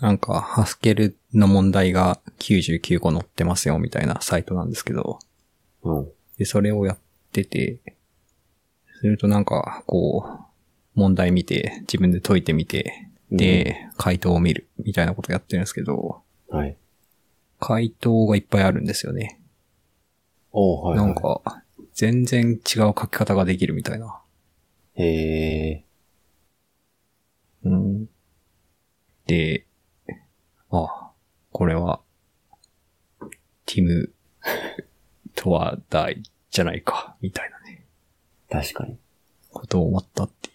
Speaker 1: なんか、ハスケルの問題が99個載ってますよ、みたいなサイトなんですけど、
Speaker 3: うん。
Speaker 1: で、それをやってて、するとなんか、こう、問題見て、自分で解いてみて、で、回答を見る、みたいなことやってるんですけど、
Speaker 3: はい。
Speaker 1: 回答がいっぱいあるんですよね。
Speaker 3: おーはい、は。
Speaker 1: ないん。か、全然違う書き方ができるみたいな。
Speaker 3: へえ。
Speaker 1: うん。で、あ、これは、ティム とは大じゃないか、みたいなね、
Speaker 3: 確かに。
Speaker 1: ことを思ったってい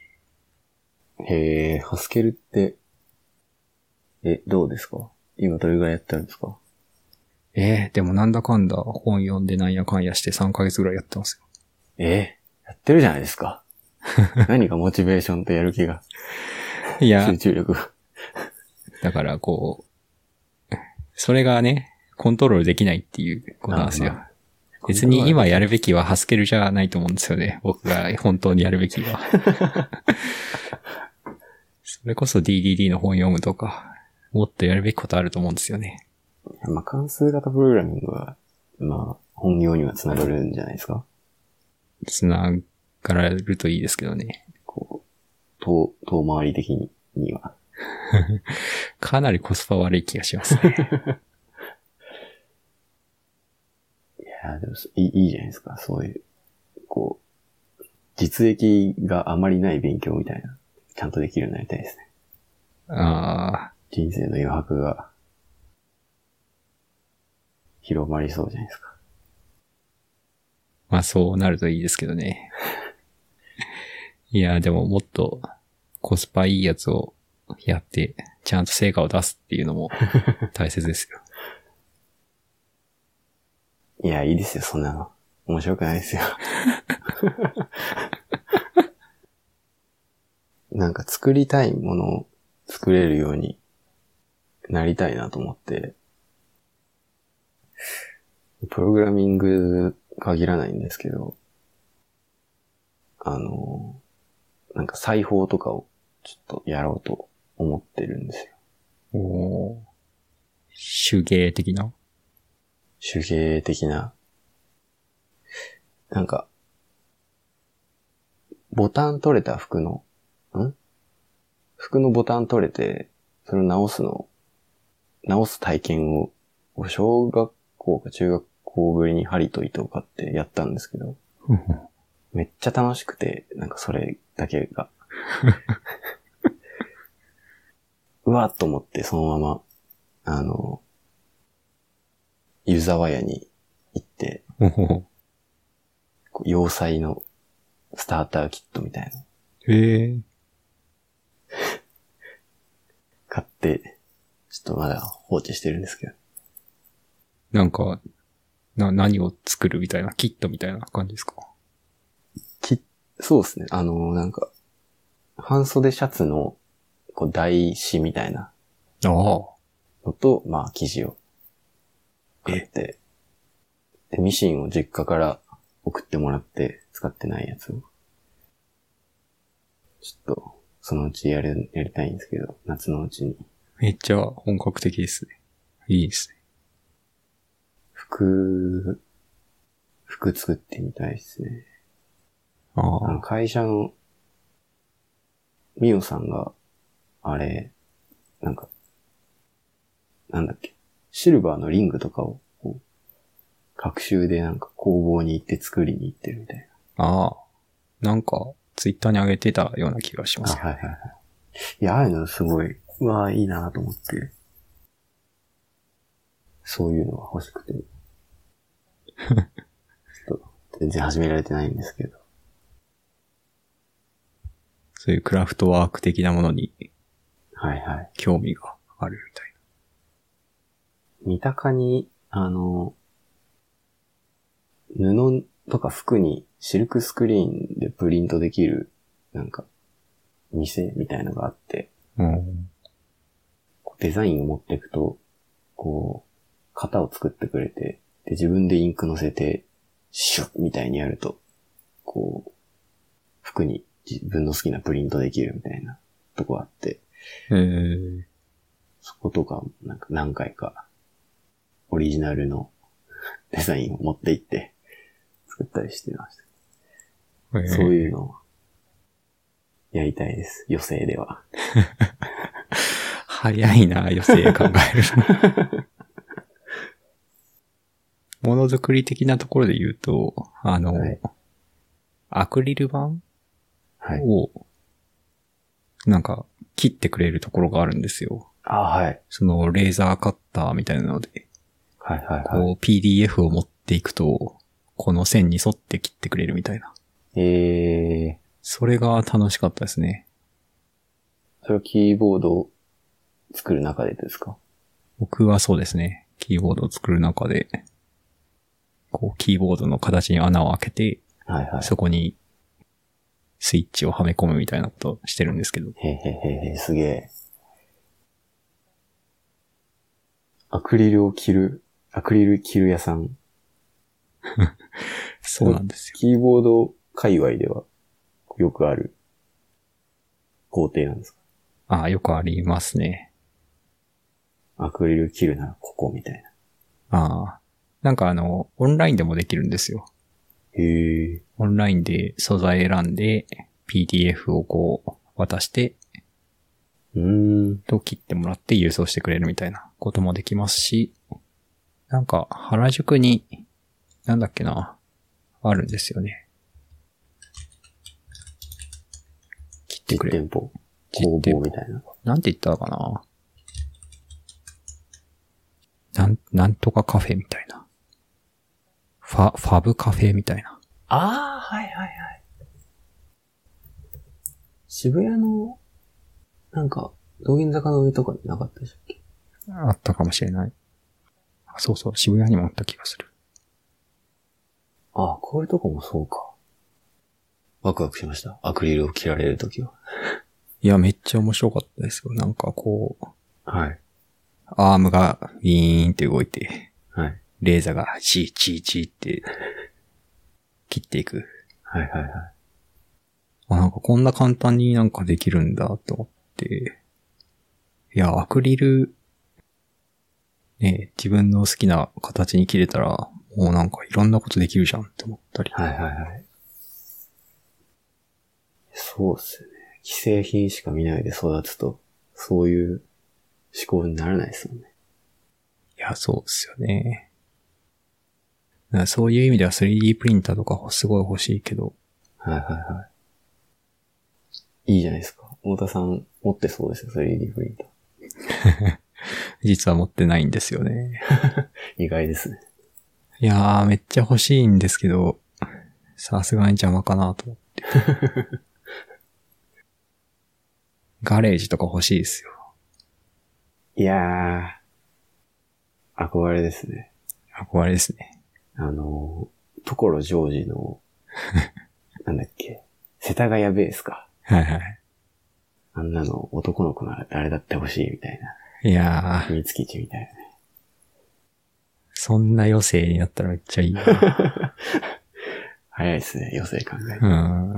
Speaker 1: う。
Speaker 3: へえ、ハスケルって、え、どうですか今どれぐらいやってるんですか
Speaker 1: えーでもなんだかんだ本読んでなんやかんやして3ヶ月ぐらいやってますよ。
Speaker 3: えやってるじゃないですか。 何がモチベーションとやる気が、
Speaker 1: い や
Speaker 3: 集、中力が。
Speaker 1: だからこう、それがね、コントロールできないっていうことなんです
Speaker 3: な
Speaker 1: よ
Speaker 3: る。
Speaker 1: 別に今やるべきはハスケルじゃないと思うんですよね。僕が本当にやるべきは。それこそ DDD の本読むとか、もっとやるべきことあると思うんですよね。
Speaker 3: まあ、関数型プログラミングは、まあ、本業にはつながるんじゃないですか
Speaker 1: 繋がられるといいですけどね。
Speaker 3: こう、遠、遠回り的にには。
Speaker 1: かなりコスパ悪い気がしますね。
Speaker 3: いやーでもそいい、いいじゃないですか。そういう、こう、実益があまりない勉強みたいな、ちゃんとできるようになりたいですね。
Speaker 1: ああ、
Speaker 3: 人生の余白が、広まりそうじゃないですか。
Speaker 1: まあそうなるといいですけどね。いや、でももっとコスパいいやつをやって、ちゃんと成果を出すっていうの も大切ですよ。
Speaker 3: いや、いいですよ、そんなの。面白くないですよ。 なんか作りたいものを作れるようになりたいなと思って、プログラミング限らないんですけど、あの、なんか裁縫とかをちょっとやろうと思ってるんですよ。
Speaker 1: おー手芸的な
Speaker 3: 手芸的な、なんか、ボタン取れた服の、ん服のボタン取れて、それを直すの、直す体験を、小学校か中学校ぶりに針と糸を買ってやったんですけど、めっちゃ楽しくて、なんかそれだけが。うわっと思って、そのまま、あの、湯沢屋に行って、
Speaker 1: おー
Speaker 3: こう洋裁のスターターキットみたいなの
Speaker 1: ええ
Speaker 3: 買って、ちょっとまだ放置してるんですけど。
Speaker 1: なんか、な、何を作るみたいな、キットみたいな感じですか
Speaker 3: き、そうですね。あの、なんか、半袖シャツの、こう、台紙みたいな
Speaker 1: ああ。
Speaker 3: のと、まあ、生地を買って、で、ミシンを実家から送ってもらって、使ってないやつを。ちょっと、そのうちやる、やりたいんですけど、夏のうちに。
Speaker 1: めっちゃ本格的ですね。いいですね。
Speaker 3: 服、服作ってみたいですね。あ
Speaker 1: あ
Speaker 3: の
Speaker 1: あ、
Speaker 3: 会社の、ミオさんが、あれ、なんか、なんだっけ、シルバーのリングとかを、こう、学習でなんか工房に行って作りに行ってるみたい
Speaker 1: ああ。なんか、ツイッターに上げてたような気がしま
Speaker 3: な。
Speaker 1: す。
Speaker 3: はいはいはい。いや、ああいうのすごい、うわあ、いいなと思って。そういうのが欲しくて。ちょっと、全然始められてないんですけど。
Speaker 1: そういうクラフトワーク的なものに
Speaker 3: はいはい。
Speaker 1: 興味があるみたい
Speaker 3: 三鷹に、あの、布とか服にシルクスクリーンでプリントできる、なんか、店みたいのがあって、
Speaker 1: な。うん。
Speaker 3: こうデザインを持っていくと、こう、型を作ってくれて、で、自分でインク乗せて、シュッみたいにやると、こう、服に自分の好きなプリントできるみたいなとこあって、
Speaker 1: えー、
Speaker 3: そことか、なんか何回か、オリジナルのデザインを持って行って、作ったりしてまし
Speaker 1: え
Speaker 3: た。
Speaker 1: ー
Speaker 3: そういうのを、やりたいです。余生では。
Speaker 1: 早いな、余生考える の。ものづくり的なところで言うと、あの、
Speaker 3: はい
Speaker 1: アクリル板
Speaker 3: はい。
Speaker 1: を、なんか、切ってくれるところがあるんですよ。
Speaker 3: あ、はい。
Speaker 1: その、レーザーカッターみたいなので、
Speaker 3: はいはいはい。
Speaker 1: こう、PDF を持っていくと、この線に沿って切ってくれるみたいな。
Speaker 3: え
Speaker 1: それが楽しかったですね。
Speaker 3: ー、それはキーボードを作る中でですか
Speaker 1: 僕はそうですね。キーボードを作る中で、こう、キーボードの形に穴を開けて、
Speaker 3: はいはい。
Speaker 1: そこにスイッチをはめ込むみたいなことをしてるんですけ
Speaker 3: へー
Speaker 1: ど。
Speaker 3: へーへーへー、すげえ。アクリルを着る、アクリル着る屋さん。
Speaker 1: そうなんですよ。
Speaker 3: キーボード界隈ではよくある工程なんですか
Speaker 1: ああ、よくありますね。
Speaker 3: アクリル切るならここみたいな。
Speaker 1: ああ。なんかあの、オンラインでもできるんですよ。
Speaker 3: へえ。
Speaker 1: オンラインで素材選んで、PDF をこう、渡して、
Speaker 3: うーん。
Speaker 1: と切ってもらって郵送してくれるみたいなこともできますし、なんか原宿に、なんだっけな、あるんですよね。切ってく
Speaker 3: 実
Speaker 1: れる。
Speaker 3: 店舗。工
Speaker 1: 実店舗
Speaker 3: 房みたいな。
Speaker 1: なんて言ったのかななん、なんとかカフェみたいな。ファ、ファブカフェみたいな。
Speaker 3: ああ、はいはいはい。渋谷の、なんか、道玄坂の上とかになかったでしたっけ
Speaker 1: あったかもしれない。あそうそう、渋谷にもあった気がする。
Speaker 3: ああ、こういうとこもそうか。ワクワクしました。アクリルを切られるときは。
Speaker 1: いや、めっちゃ面白かったですよ。なんかこう、
Speaker 3: はい。
Speaker 1: アームがウィーンって動いて、
Speaker 3: はい。
Speaker 1: レーザーがチーチーチーって切っていく。
Speaker 3: はいはいはい。
Speaker 1: あ、なんかこんな簡単になんかできるんだと思って。いや、アクリル、ね、自分の好きな形に切れたら、もうなんかいろんなことできるじゃんって思ったり。
Speaker 3: はいはいはい。そうっすよね。既製品しか見ないで育つと、そういう思考にならないですもんね。
Speaker 1: いや、そうですよね。だからそういう意味では 3D プリンターとかすごい欲しいけど、
Speaker 3: はいはいはい。いいじゃないですか。太田さん持ってそうですよ、3D プリンター。
Speaker 1: 実は持ってないんですよね。
Speaker 3: 意外ですね。
Speaker 1: いやー、めっちゃ欲しいんですけど、さすがに邪魔かなと 思って。ガレージとか欲しいですよ。
Speaker 3: いやー、憧れですね。
Speaker 1: 憧れですね。
Speaker 3: あのー、所ジョージの、 なんだっけ、世田谷ベースか。
Speaker 1: はいはい。
Speaker 3: あんなの男の子なら誰だって欲しいみたいな。
Speaker 1: いやー、
Speaker 3: 秘密基地みたいな。
Speaker 1: そんな余生になったらめっちゃいい な。
Speaker 3: 早いですね、余生考えて
Speaker 1: う。ん。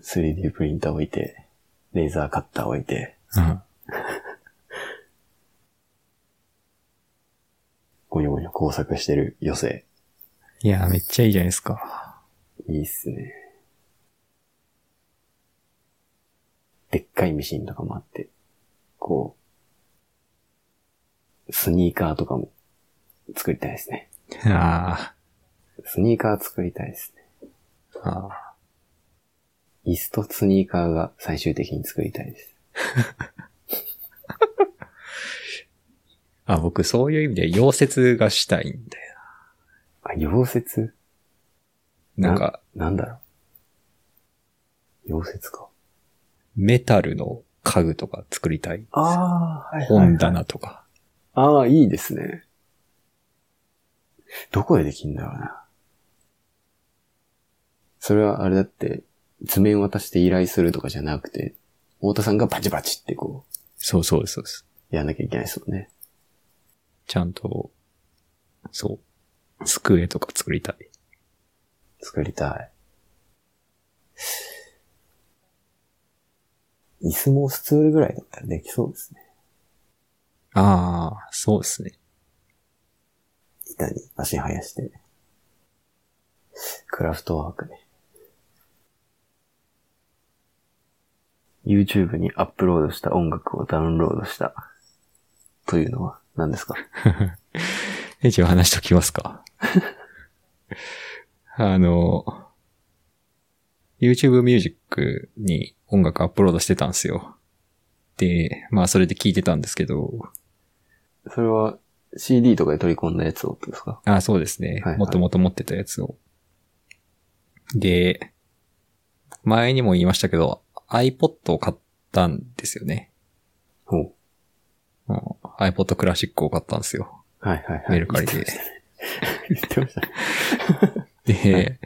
Speaker 3: 3D プリンター置いて、レーザーカッター置いて、
Speaker 1: うん。
Speaker 3: ゴニョゴニョ工作してる余生。
Speaker 1: いやー、めっちゃいいじゃないですか。
Speaker 3: いいっすね。でっかいミシンとかもあって、こう、スニーカーとかも作りたいですね。
Speaker 1: あ
Speaker 3: スニーカー作りたいですね。
Speaker 1: ーあ
Speaker 3: 椅子とスニーカーが最終的に作りたいです。
Speaker 1: ー。あ、僕そういう意味で溶接がしたいんで。
Speaker 3: あ、溶接
Speaker 1: なんか、
Speaker 3: なんだろう。溶接か。
Speaker 1: メタルの家具とか作りたい。
Speaker 3: ああ、はい、
Speaker 1: 本棚とか。
Speaker 3: ああ、いいですね。どこでできんだろうな。それはあれだって、図面渡して依頼するとかじゃなくて、太田さんがバチバチってこ
Speaker 1: そうそうですそうです。
Speaker 3: う、やんなきゃいけないですもんね。
Speaker 1: ちゃんと、そう、机とか作りたい。
Speaker 3: 作りたい。椅子もスツールぐらいだったらできそうですね。
Speaker 1: ああ、そうですね。
Speaker 3: 板に足生やして。クラフトワークね。YouTube にアップロードした音楽をダウンロードした。というのは何ですか
Speaker 1: 一応話しときますか。あの、YouTube Music に音楽アップロードしてたんですよ。で、まあそれで聞いてたんですけど、
Speaker 3: それは CD とかで取り込んだやつをってことですか
Speaker 1: あ、そうですね。
Speaker 3: はいはい
Speaker 1: もともと持ってたやつを。で、前にも言いましたけど、iPod を買ったんですよね。
Speaker 3: ほう。
Speaker 1: うん iPod クラシックを買ったんですよ。
Speaker 3: はいはいはい。
Speaker 1: メルカリで。
Speaker 3: 言ってましたね。
Speaker 1: で、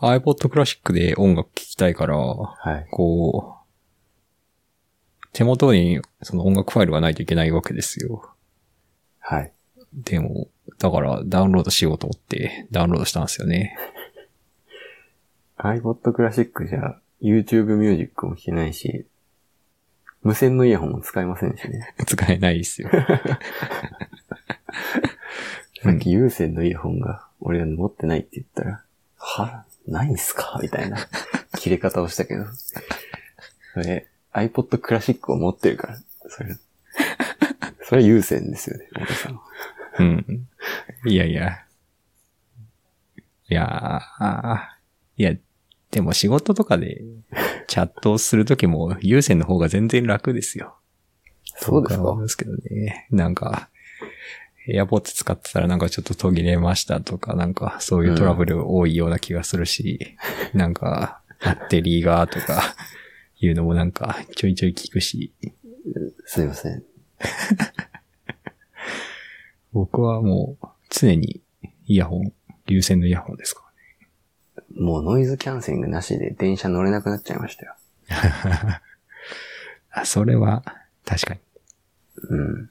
Speaker 1: iPod クラシックで音楽聴きたいから、
Speaker 3: はい。
Speaker 1: こう、手元にその音楽ファイルがないといけないわけですよ。
Speaker 3: はい。
Speaker 1: でも、だからダウンロードしようと思ってダウンロードしたんですよね。
Speaker 3: iPod クラシックじゃ YouTube ミュージックも聞けないし、無線のイヤホンも使えませんしね。
Speaker 1: 使えないですよ。
Speaker 3: さっき有線のイヤホンが俺が持ってないって言ったら、はないんすかみたい な切れ方をしたけど。それ、iPod クラシックを持ってるから、そ れ、それ有線ですよね、太田さんは。
Speaker 1: うん。いやいや。いやーあー、いや、でも仕事とかでチャットをするときも優先の方が全然楽ですよ。
Speaker 3: そうです
Speaker 1: 僕は
Speaker 3: か
Speaker 1: 思うんですけどね。なんか、エアポッツ使ってたらなんかちょっと途切れましたとか、なんかそういうトラブル多いような気がす るし、なんかバッテリーがとかいうのもなんかちょいちょい聞くし、
Speaker 3: すいません。
Speaker 1: 僕はもう常にイヤホン、流線のイヤホンですか
Speaker 3: もうノイズキャンセリングなしで電車乗れなくなっちゃいましたよ。
Speaker 1: あ、それは、確かに。
Speaker 3: うん。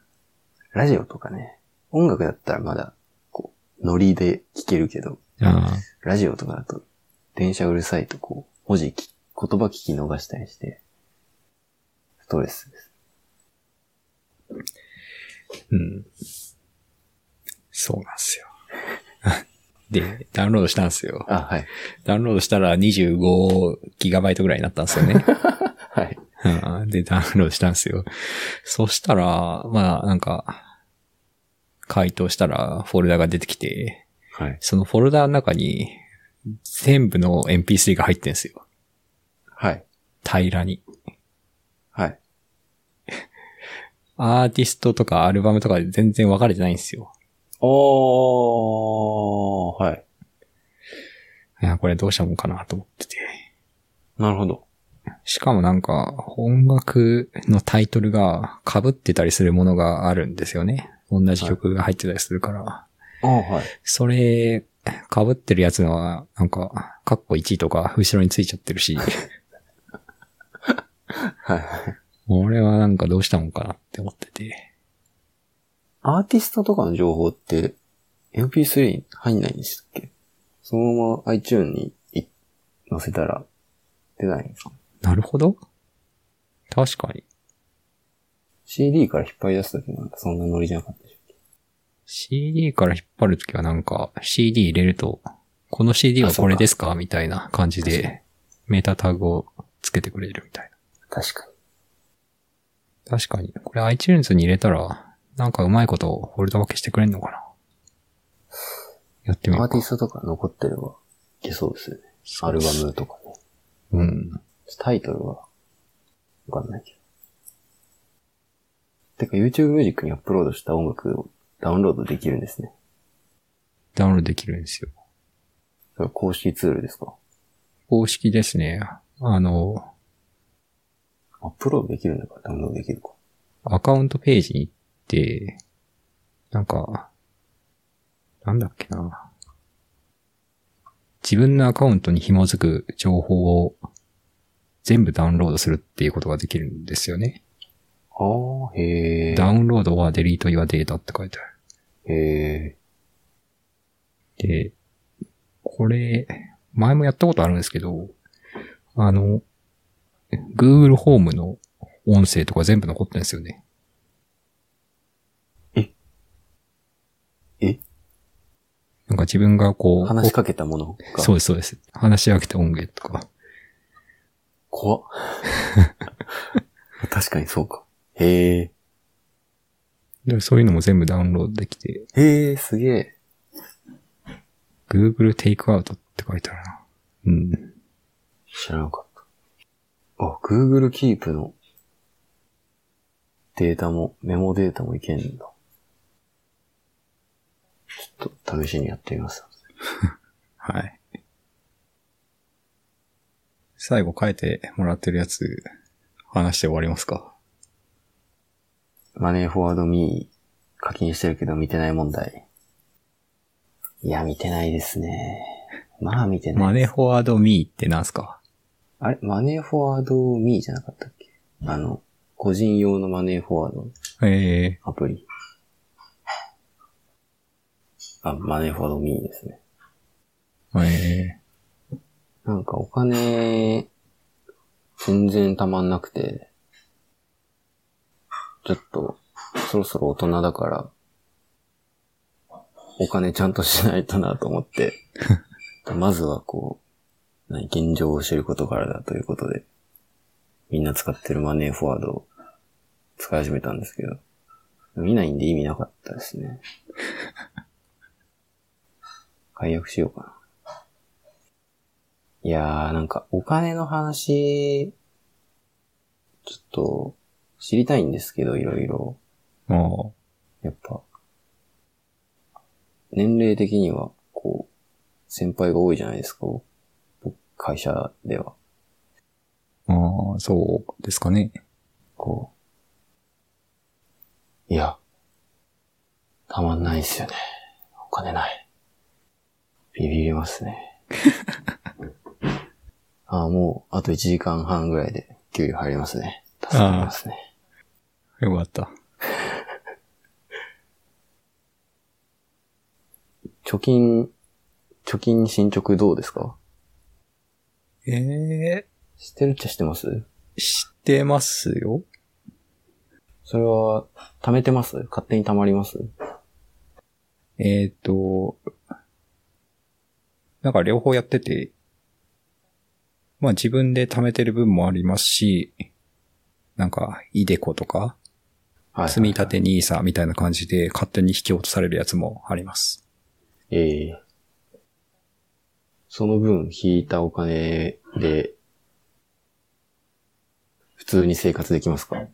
Speaker 3: ラジオとかね、音楽だったらまだ、こう、ノリで聴けるけど、
Speaker 1: あ
Speaker 3: ラジオとかだと、電車うるさいとこう、文字き、言葉聞き逃したりして、ストレスです。
Speaker 1: うん。そうなんですよ。 で、ダウンロードしたんですよ。
Speaker 3: あ、はい。
Speaker 1: ダウンロードしたら 25GB ぐらいになったんですよね。
Speaker 3: はい。
Speaker 1: うんで、ダウンロードしたんですよ。そしたら、まあ、なんか、回答したらフォルダが出てきて、
Speaker 3: はい。
Speaker 1: そのフォルダの中に全部の MP3 が入ってんですよ。
Speaker 3: はい。
Speaker 1: 平らに。
Speaker 3: はい。
Speaker 1: アーティストとかアルバムとかで全然分かれてないんですよ。
Speaker 3: おー、はい。
Speaker 1: いや、これどうしたもんかなと思ってて。
Speaker 3: なるほど。
Speaker 1: しかもなんか、音楽のタイトルが被ってたりするものがあるんですよね。同じ曲が入ってたりするから。
Speaker 3: あはい。
Speaker 1: それ、被ってるやつのは、なんか、カッコ1とか後ろについちゃって るし、
Speaker 3: はい。
Speaker 1: 俺はなんかどうしたもんかなって思ってて。
Speaker 3: アーティストとかの情報って、MP3 に入んないんでしたっけそのまま iTune にい載せたら、出ないんですか
Speaker 1: なるほど確かに。
Speaker 3: ?CD から引っ張り出すときなんかそんなノリじゃなかったでしょ
Speaker 1: CD から引っ張るときはなんか CD 入れると、この CD はこれですかみたいな感じ
Speaker 3: 確か
Speaker 1: でメータタグをつけてくれるみたい
Speaker 3: 確かに。
Speaker 1: な。確かに。これ iTunes に入れたら、なんかうまいことフォルダ分けしてくれんのかなやってみ
Speaker 3: ア
Speaker 1: よ
Speaker 3: ー
Speaker 1: う
Speaker 3: ティ
Speaker 1: か。
Speaker 3: ストとか残ってれば、いけそうですよね。アルバムとかね。
Speaker 1: うん。
Speaker 3: タイトルは、わかんないけど。てか YouTube Music にアップロードした音楽をダウンロードできるんですね。
Speaker 1: ダウンロードできるんですよ。
Speaker 3: それは公式ツールですか
Speaker 1: 公式ですね。あの、
Speaker 3: アップロードできるんだからダウンロードできるか。
Speaker 1: アカウントページに行って、なんか、なんだっけな。自分のアカウントに紐づく情報を全部ダウンロードするっていうことができるんですよね。
Speaker 3: ああ、へえ。
Speaker 1: ダウンロードはデリートはデータって書いてある。
Speaker 3: へえ。
Speaker 1: で、これ、前もやったことあるんですけど、あの、Google ホームの音声とか全部残ってるんですよね。
Speaker 3: ええ
Speaker 1: なんか自分がこう、
Speaker 3: 話しかけたものが。
Speaker 1: そうです、そうです。話し合けた音源とか。
Speaker 3: 怖っ。確かにそうか。へえ。
Speaker 1: でそういうのも全部ダウンロードできて、
Speaker 3: へえ、すげえ。
Speaker 1: Google Takeout って書いてあるな。うん。
Speaker 3: 知らなかった。あ、Google Keep のデータも、メモデータもいけんだ。ちょっと試しにやってみます。
Speaker 1: はい。最後書いてもらってるやつ、話して終わりますか。
Speaker 3: マネーフォワードミー課金してるけど見てない問題。いや、見てないですね。まあ見てない。
Speaker 1: マネフォワードミーってなんすか
Speaker 3: あれ、マネーフォワードミーじゃなかったっけあの、個人用のマネーフォワード
Speaker 1: ええ
Speaker 3: アプリ。あ、マネーフォワードミーですね。
Speaker 1: ええ
Speaker 3: なんかお金、全然たまんなくて、ちょっと、そろそろ大人だから、お金ちゃんとしないとなと思って、まずはこう、何現状を知ることからだということで、みんな使ってるマネーフォワードを使い始めたんですけど、見ないんで意味なかったですね。解約しようかな。いやー、なんか、お金の話、ちょっと、知りたいんですけど、いろいろ。
Speaker 1: あ
Speaker 3: やっぱ、年齢的には、こう、先輩が多いじゃないですか、僕会社では。
Speaker 1: あ、ああ、そうですかね。
Speaker 3: こう。いや、たまんないですよね。お金ない。ビビりますね。 ああ、もう、あと1時間半ぐらいで給料入りますね。助かりますね。
Speaker 1: よかった。
Speaker 3: 貯金、貯金進捗どうですか
Speaker 1: ええ
Speaker 3: 知ってるっちゃ知ってます
Speaker 1: 知ってますよ。
Speaker 3: それは、貯めてます勝手に貯まります
Speaker 1: えっ、と、なんか両方やってて、まあ自分で貯めてる分もありますし、なんか、イデコとか、
Speaker 3: はい。
Speaker 1: 積み立て NISA みたいな感じで勝手に引き落とされるやつもあります。
Speaker 3: ええその分、引いたお金で、普通に生活できますか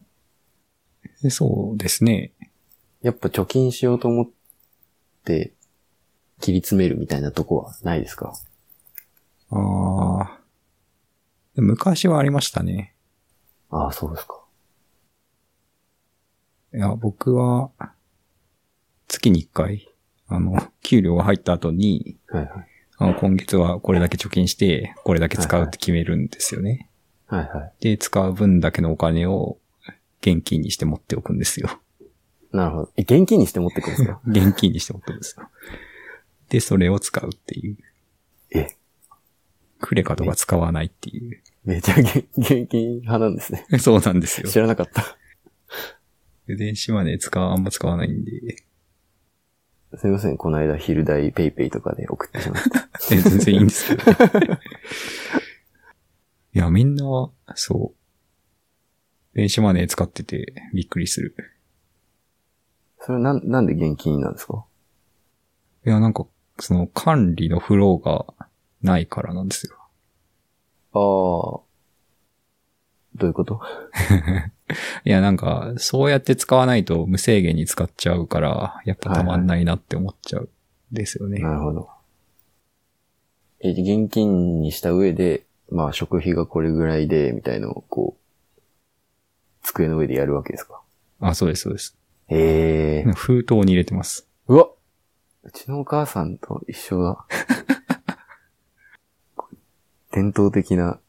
Speaker 1: でそうですね。
Speaker 3: やっぱ貯金しようと思って、切り詰めるみたいなとこはないですか
Speaker 1: ああ。昔はありましたね。
Speaker 3: ああ、そうですか。
Speaker 1: いや、僕は、月に一回、あの、給料が入った後に、
Speaker 3: はいはい。
Speaker 1: あの、今月はこれだけ貯金して、これだけ使うって決めるんですよね。
Speaker 3: はいはい。
Speaker 1: で、使う分だけのお金を現金にして持っておくんですよ。
Speaker 3: なるほど。え、現金にして持ってくるんですか
Speaker 1: 現金にして持っておくんですよ。で、それを使うっていう。
Speaker 3: え、
Speaker 1: クレカとか使わないってい
Speaker 3: めちゃ現現金派なんですね。
Speaker 1: う。そうなんですよ
Speaker 3: 知。らなかった。
Speaker 1: 電子マネー使わ、あんま使わないんで。
Speaker 3: すみません、この間、昼代ペイペイとかで送ってしまった。
Speaker 1: え全然いいんです けど、いや、みんな、そう。電子マネー使っててびっくりする。
Speaker 3: それはなん、なんで現金なんですか
Speaker 1: いや、なんか、その管理のフローがないからなんですよ。
Speaker 3: ああ。どういうこと
Speaker 1: いや、なんか、そうやって使わないと無制限に使っちゃうから、やっぱたまんないなって思っちゃうんですよね。
Speaker 3: なるほど。え、現金にした上で、まあ食費がこれぐらいで、みたいのをこう、机の上でやるわけですか。
Speaker 1: あ、そうです、そうです。
Speaker 3: ええー。
Speaker 1: 封筒に入れてます。
Speaker 3: うわうちのお母さんと一緒だ。 伝統的な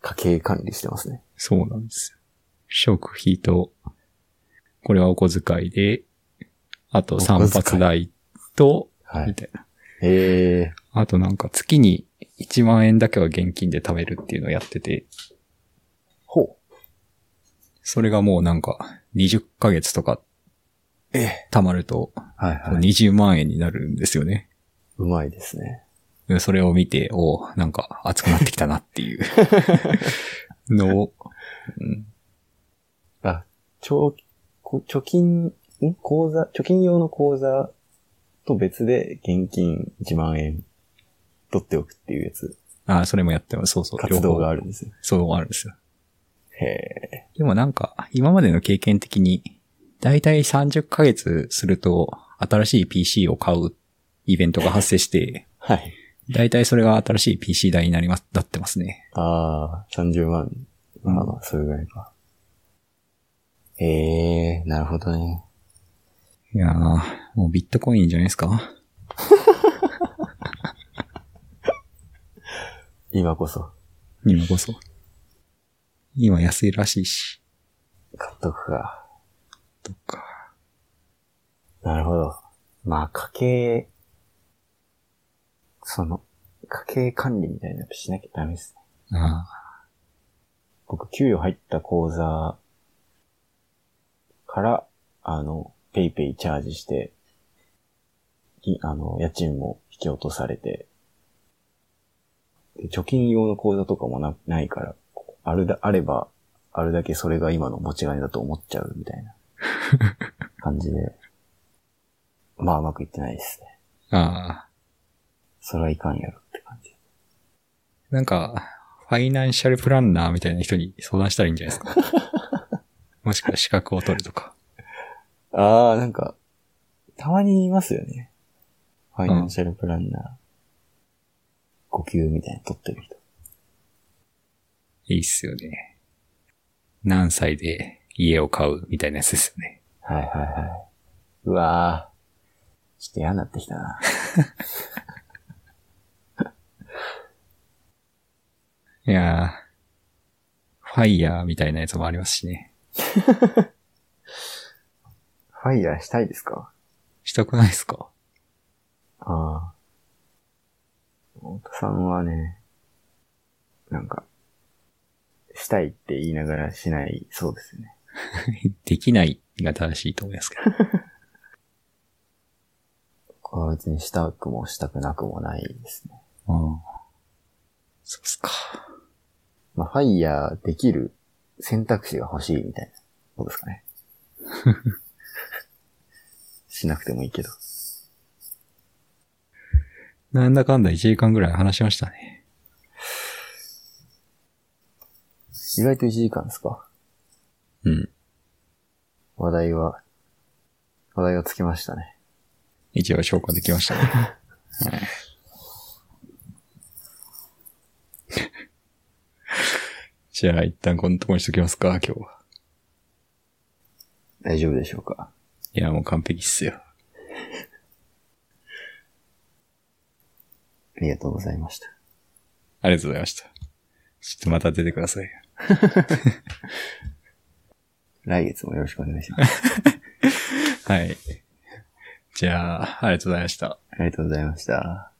Speaker 3: 家計管理してますね。
Speaker 1: そうなんですよ。食費と、これはお小遣いで、あと散髪代と、
Speaker 3: は
Speaker 1: み
Speaker 3: い。
Speaker 1: たいな。
Speaker 3: ええ
Speaker 1: あとなんか月に1万円だけは現金で貯めるっていうのをやってて、
Speaker 3: ほう。
Speaker 1: それがもうなんか20ヶ月とか
Speaker 3: ええ
Speaker 1: 貯まると
Speaker 3: はいはい。
Speaker 1: 20万円になるんですよね。
Speaker 3: うまいですね。
Speaker 1: でそれを見て、おうなんか熱くなってきたなっ ていうのを、うん
Speaker 3: あ、貯、こ貯金、ん口座、貯金用の口座と別で現金1万円取っておくっていうやつ、
Speaker 1: あそれもやってます。そうそう。
Speaker 3: 活動が
Speaker 1: ある。
Speaker 3: あるんですよ。
Speaker 1: そうあるんですよ。
Speaker 3: へえ。
Speaker 1: でもなんか、今までの経験的に、だいたい30ヶ月すると、新しい PC を買うイベントが発生して、
Speaker 3: はい。
Speaker 1: だいたいそれが新しい PC 代になります、なってますね。
Speaker 3: ああ、30万。まあまあ、それぐらいか。へえ、なるほどね。
Speaker 1: いやー、もうビットコインじゃないですか
Speaker 3: 今こそ、
Speaker 1: 今こそ。今安いらしいし。
Speaker 3: 買っとくか。
Speaker 1: とか。
Speaker 3: なるほど。まあ、家計、その、家計管理みたいなのしなきゃダメですね。
Speaker 1: あ
Speaker 3: 僕、給与入った口座から、あの、ペイペイチャージして、いあの、家賃も引き落とされて、で貯金用の口座とかもなないから、こうあるだ、あれば、あるだけそれが今の持ち金だと思っちゃうみたいな感じで、まあうまくいってないですね。
Speaker 1: あ。ああ。
Speaker 3: それはいかんやろって感じ。
Speaker 1: なんか、ファイナンシャルプランナーみたいな人に相談したらいいんじゃないですかもしくは資格を取るとか。
Speaker 3: ああ、なんか、たまにいますよね。ファイナンシャルプランナー。5級みたいなの取ってる人。
Speaker 1: いいっすよね。何歳で家を買うみたいなやつですよね。
Speaker 3: はいはいはい。うわーちょっと嫌になってきたな。
Speaker 1: いやー、ファイヤーみたいなやつもありますしね。
Speaker 3: ファイヤーしたいですか
Speaker 1: したくないですか
Speaker 3: ああ。太田さんはね、なんか、したいって言いながらしないそうですよね。
Speaker 1: できないが正しいと思いますけど。
Speaker 3: 僕は別にしたくもしたくなくもないですね。
Speaker 1: うん、そうっすか。
Speaker 3: まあ、ファイヤーできる選択肢が欲しいみたいな。どうですかね。しなくてもいいけど。
Speaker 1: なんだかんだ1時間ぐらい話しましたね。
Speaker 3: 意外と1時間ですか
Speaker 1: うん。
Speaker 3: 話題は、話題がつきましたね。
Speaker 1: 一応消化できましたね。はいじゃあ一旦こんなとこにしときますか、今日は。
Speaker 3: 大丈夫でしょうか
Speaker 1: いや、もう完璧っすよ。
Speaker 3: ありがとうございました。
Speaker 1: ありがとうございました。ちょっとまた出てください。
Speaker 3: 来月もよろしくお願いします。
Speaker 1: はい。じゃあ、ありがとうございました。
Speaker 3: ありがとうございました。